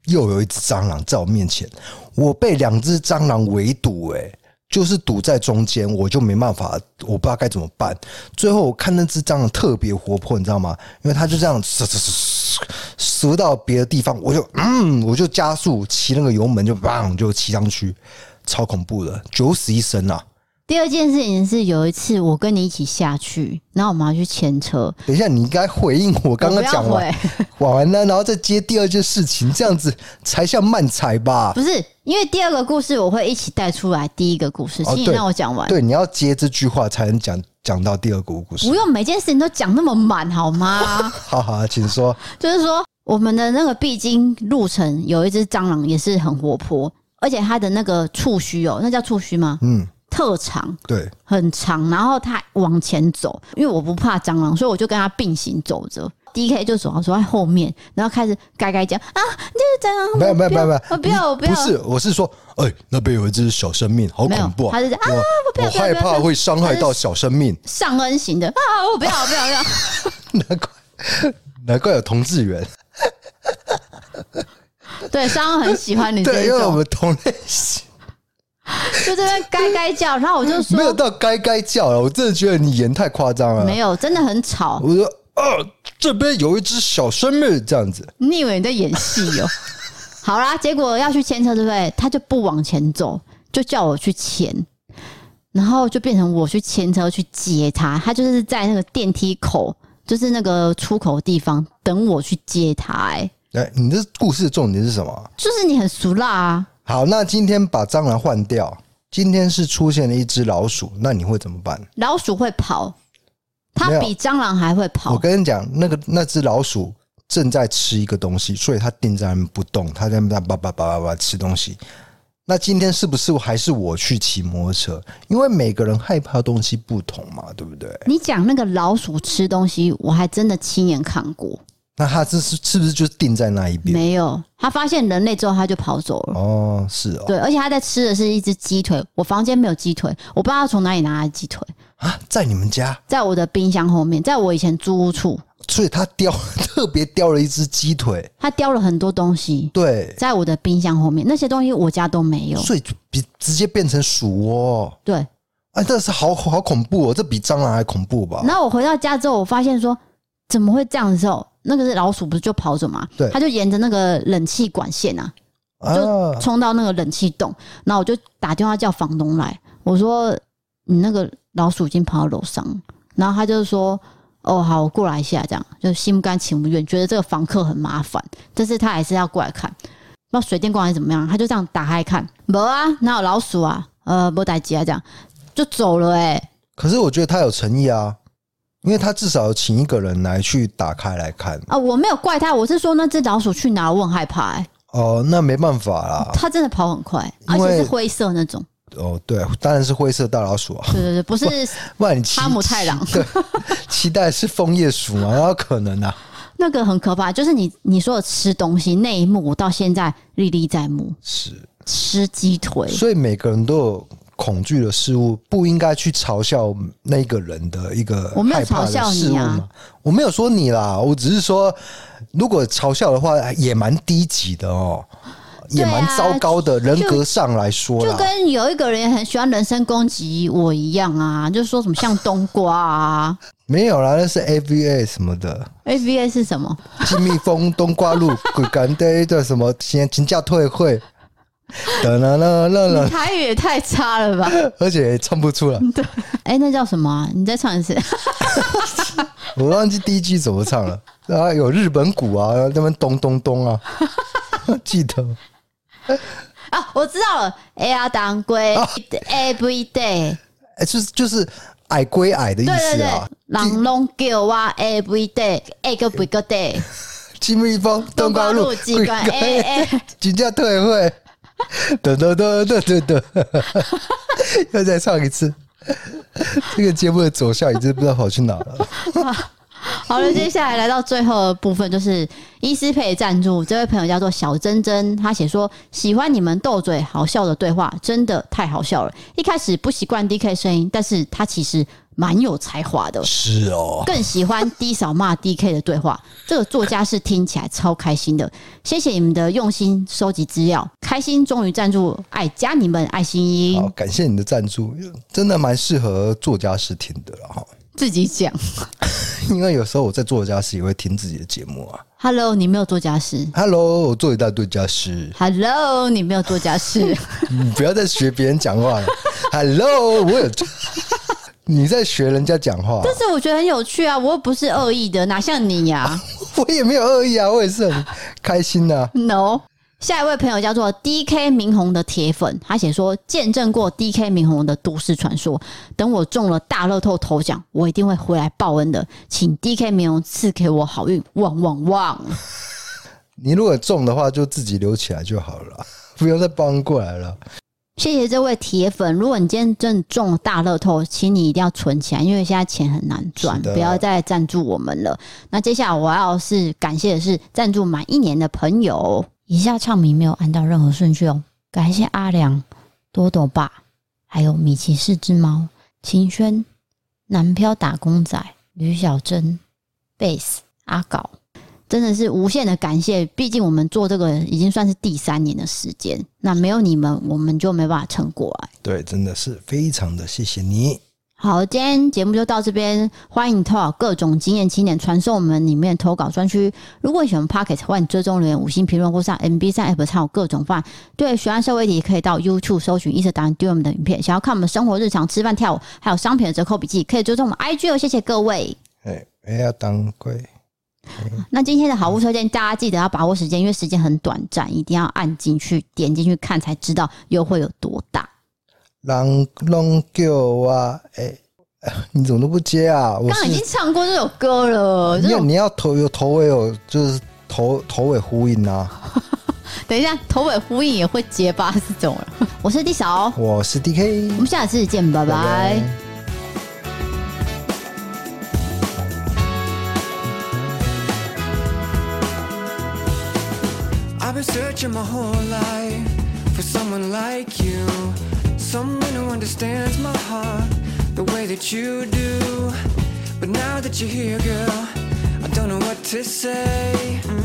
Speaker 3: 又有一只蟑螂在我面前，我被两只蟑螂围堵、欸，就是堵在中间，我就没办法，我不知道该怎么办。最后我看那只蟑螂特别活泼，你知道吗？因为它就这样嗖嗖嗖嗖嗖到别的地方，我就嗯，我就加速骑那个油门就 bang 就骑上去，超恐怖的，九死一生啊！
Speaker 2: 第二件事情是有一次我跟你一起下去，然后我们要去牵车，
Speaker 3: 等一下，你应该回应我刚刚讲
Speaker 2: 我不
Speaker 3: 完
Speaker 2: 要回
Speaker 3: 完了，然后再接第二件事情，这样子才像慢才吧？
Speaker 2: 不是因为第二个故事我会一起带出来，第一个故事，
Speaker 3: 哦
Speaker 2: 请你
Speaker 3: 对
Speaker 2: 让我讲完，
Speaker 3: 对，你要接这句话才能讲讲到第二个故事
Speaker 2: 不。用每件事情都讲那么满好吗？
Speaker 3: 好好，请说。
Speaker 2: 就是说，我们的那个必经路程有一只蟑螂也是很活泼，而且它的那个触须哦，那叫触须吗？
Speaker 3: 嗯，
Speaker 2: 特长
Speaker 3: 对，
Speaker 2: 很长，然后它往前走，因为我不怕蟑螂，所以我就跟它并行走着。D K 就走到走在后面，然后开始嘎嘎叫啊，这是蟑螂！
Speaker 3: 没有没有
Speaker 2: 我不
Speaker 3: 没
Speaker 2: 要我不要，
Speaker 3: 有没有，
Speaker 2: 我不要，
Speaker 3: 哎不是，我是说，哎、那边有一只小生命，好
Speaker 2: 没有
Speaker 3: 恐怖啊！
Speaker 2: 他是这样啊
Speaker 3: 我
Speaker 2: 我不要
Speaker 3: 我
Speaker 2: 不要
Speaker 3: 害
Speaker 2: 不要
Speaker 3: 怕会伤害到小生命，
Speaker 2: 上恩型的啊，我不要，我不要，我不要。
Speaker 3: 难怪难怪有同志缘，
Speaker 2: 对，上恩很喜欢你这
Speaker 3: 对，
Speaker 2: 一
Speaker 3: 因为我
Speaker 2: 种，
Speaker 3: 们同类型，
Speaker 2: 就这边嘎嘎叫，然后我就
Speaker 3: 没有
Speaker 2: 说
Speaker 3: 到该该叫了。我真的觉得你演太夸张了
Speaker 2: 没，有，真的很吵。
Speaker 3: 我说，哦、这边有一只小生命，这样子，
Speaker 2: 你以为你在演戏哦？好啦，结果要去牵车，对不对？他就不往前走，就叫我去牵，然后就变成我去牵车去接他。他就是在那个电梯口，就是那个出口地方等我去接他、哎，
Speaker 3: 哎，你这故事的重点是什么？
Speaker 2: 就是你很俗辣啊！
Speaker 3: 好，那今天把蟑螂换掉，今天是出现了一只老鼠，那你会怎么办？
Speaker 2: 老鼠会跑，
Speaker 3: 没
Speaker 2: 它
Speaker 3: 有
Speaker 2: 比蟑螂还会
Speaker 3: 我
Speaker 2: 跑。
Speaker 3: 跟你讲，那个那只老鼠正在吃一个东西，所以它定在那边不动，它在那边叭叭叭叭叭吃东西。那今天是不是还是我去骑摩托车？因为每个人害怕的东西不同嘛，对不对？
Speaker 2: 你讲那个老鼠吃东西，我还真的亲眼看过。
Speaker 3: 那它这是是不是就是定在那一边？
Speaker 2: 没有，它发现人类之后，它就跑走了。
Speaker 3: 哦，是哦，
Speaker 2: 对，而且它在吃的是一只鸡腿。我房间没有鸡腿，我不知道它从哪里拿来的鸡腿。
Speaker 3: 啊，在你们家，
Speaker 2: 在我的冰箱后面，在我以前租屋处，
Speaker 3: 所以它叼 特别叼了一只鸡腿，
Speaker 2: 他叼了很多东西，
Speaker 3: 对，
Speaker 2: 在我的冰箱后面，那些东西我家都没有。
Speaker 3: 所以就比直接变成鼠窝、哦。
Speaker 2: 对，
Speaker 3: 哎，这是好好恐怖哦！这比蟑螂还恐怖吧？
Speaker 2: 然后我回到家之后，我发现说怎么会这样的时候，那个是老鼠不是就跑走嘛？
Speaker 3: 对
Speaker 2: 它就沿着那个冷气管线啊，
Speaker 3: 啊，
Speaker 2: 冲到那个冷气洞，然后我就打电话叫房东来，我说你那个老鼠已经跑到楼上了，然后他就说哦好，我过来一下，这样就心不甘情不愿，觉得这个房客很麻烦，但是他还是要过来看，不知道水电工还是怎么样，他就这样打开看，没啊，哪有老鼠啊，呃，没打击啊，这样就走了哎、
Speaker 3: 可是我觉得他有诚意啊，因为他至少请一个人来去打开来看。
Speaker 2: 啊，我没有怪他，我是说那只老鼠去哪，我很害怕哎、
Speaker 3: 哦，那没办法啦。
Speaker 2: 它真的跑很快，而
Speaker 3: 啊因为
Speaker 2: 且是灰色那种，
Speaker 3: 哦，对，当然是灰色大老鼠啊，
Speaker 2: 对对对，不是
Speaker 3: 不然你期
Speaker 2: 哈姆太郎。
Speaker 3: 对， 期待是枫叶鼠吗？哪有可能啊？
Speaker 2: 那个很可怕，就是你你说的吃东西那一幕，我到现在历历在目。
Speaker 3: 是，
Speaker 2: 吃鸡腿，
Speaker 3: 所以每个人都有恐惧的事物，不应该去嘲笑那个人的一个
Speaker 2: 我没有
Speaker 3: 害怕
Speaker 2: 嘲笑
Speaker 3: 的
Speaker 2: 你啊
Speaker 3: 事物嘛。我没有说你啦，我只是说，如果嘲笑的话，也蛮低级的哦，
Speaker 2: 对
Speaker 3: 也
Speaker 2: 啊
Speaker 3: 蛮糟糕的，人格上来说
Speaker 2: 就
Speaker 3: 啦。
Speaker 2: 跟有一个人很喜欢人身攻击我一样啊，就说什么像冬瓜 啊
Speaker 3: 没有啦，那是 AVA 什么的，
Speaker 2: ，A V A 是什 么？
Speaker 3: 金蜜蜂、冬瓜露、鬼干爹的什么，请请假退会， 等啦啦啦
Speaker 2: 你
Speaker 3: 啦，
Speaker 2: 台语也太差了 吧！
Speaker 3: 而且也唱不出来，
Speaker 2: 哎、那叫什么啊、你再唱一次。
Speaker 3: 我忘记第一句怎么唱了。然后有日本鼓啊，那边咚咚咚啊， 记得吗
Speaker 2: 啊，我知道了，A 呀当归
Speaker 3: 啊
Speaker 2: every day，
Speaker 3: 哎、就是就是矮归矮的意
Speaker 2: 对对
Speaker 3: 思
Speaker 2: 对
Speaker 3: 啊。，
Speaker 2: 狼龙给我 every day，a 个 b 个 day，
Speaker 3: 金蜜蜂、 冬瓜露、
Speaker 2: 冬瓜露
Speaker 3: 干爹
Speaker 2: 鬼干爹
Speaker 3: 请假退会， 等等等等等等， 要再唱一次。这个节目的走向已经不知道跑去哪了。
Speaker 2: 好了，接下来来到最后的部分，就是伊思佩赞助这位朋友叫做小珍珍，他写说喜欢你们斗嘴好笑的对话，真的太好笑了。一开始不习惯 DK 声音，但是他其实蛮有才华的，
Speaker 3: 是哦，
Speaker 2: 更喜欢 D 嫂骂 DK 的对话。这个作家是听起来超开心的，谢谢你们的用心收集资料，开心终于赞助，爱加你们爱心
Speaker 3: 好，
Speaker 2: 音，
Speaker 3: 感谢你的赞助，真的蛮适合作家室听的了哈。
Speaker 2: 自己讲。
Speaker 3: 因为有时候我在作家室也会听自己的节目啊。
Speaker 2: Hello，你没有做家事。
Speaker 3: Hello，我做一大堆家事，
Speaker 2: Hello，你没有做家事。
Speaker 3: 你不要再学别人讲话了。Hello，我有 做，你在学人家讲话，
Speaker 2: 但是我觉得很有趣啊，我又不是恶意的，哪像你呀、
Speaker 3: 我也没有恶意啊，我也是很开心呐、啊。
Speaker 2: No。下一位朋友叫做 D K 明红的铁粉，他写说见证过 D K 明红的都市传说。等我中了大乐透头奖，我一定会回来报恩的，请 D K 明红赐给我好运，旺旺旺！
Speaker 3: 你如果中的话，就自己留起来就好了啦， 不用再帮过来了。
Speaker 2: 谢谢这位铁粉。如果你今天真的中了大乐透，请你一定要存起来，因为现在钱很难赚，
Speaker 3: 是的
Speaker 2: 不要再赞助我们了。那接下来我要是感谢的是赞助满一年的朋友，以下唱名没有按照任何顺序哦。感谢阿良、多多爸，还有米奇是只猫、秦轩、南漂打工仔、吕小珍、贝斯、阿搞。真的是无限的感谢，毕竟我们做这个已经算是第三年的时间，那没有你们，我们就没办法撑过来。
Speaker 3: 对，真的是非常的谢谢你。
Speaker 2: 啊好，今天节目就到这边，欢迎你投稿各种经验青年，传送我们里面投稿专区。如果你喜欢 Pocket，欢迎追踪留言、五星评论或上 MB 三 App 参考各种饭。对，喜欢社会题可以到 YouTube 搜寻“一色达人 d 我们的影片。想要看我们生活日常、吃饭、跳舞，还有商品的折扣笔记，可以追踪我们 IG 哦。谢谢各位。
Speaker 3: 哎，哎呀，当归，
Speaker 2: 那今天的好物推荐，大家记得要把握时间，因为时间很短暂，一定要按进去、点进去看，才知道优惠有多大。
Speaker 3: 人拢叫我哎， 你怎么都不接啊？我
Speaker 2: 刚刚已
Speaker 3: 是
Speaker 2: 经唱过这首歌了，这
Speaker 3: 你
Speaker 2: 首
Speaker 3: 你要头有头尾有，就是头头尾呼应啊。
Speaker 2: 等一下，头尾呼应也会结巴是怎么 了？我是地嫂，
Speaker 3: 我是 D K，
Speaker 2: 我们下次见，拜
Speaker 3: 拜
Speaker 2: 拜
Speaker 3: 拜。
Speaker 4: I've been searching my whole life for someone like you. Someone who understands my heart the way that you do. But now that you're here, girl, I don't know what to say. Mm. Uh, Mm,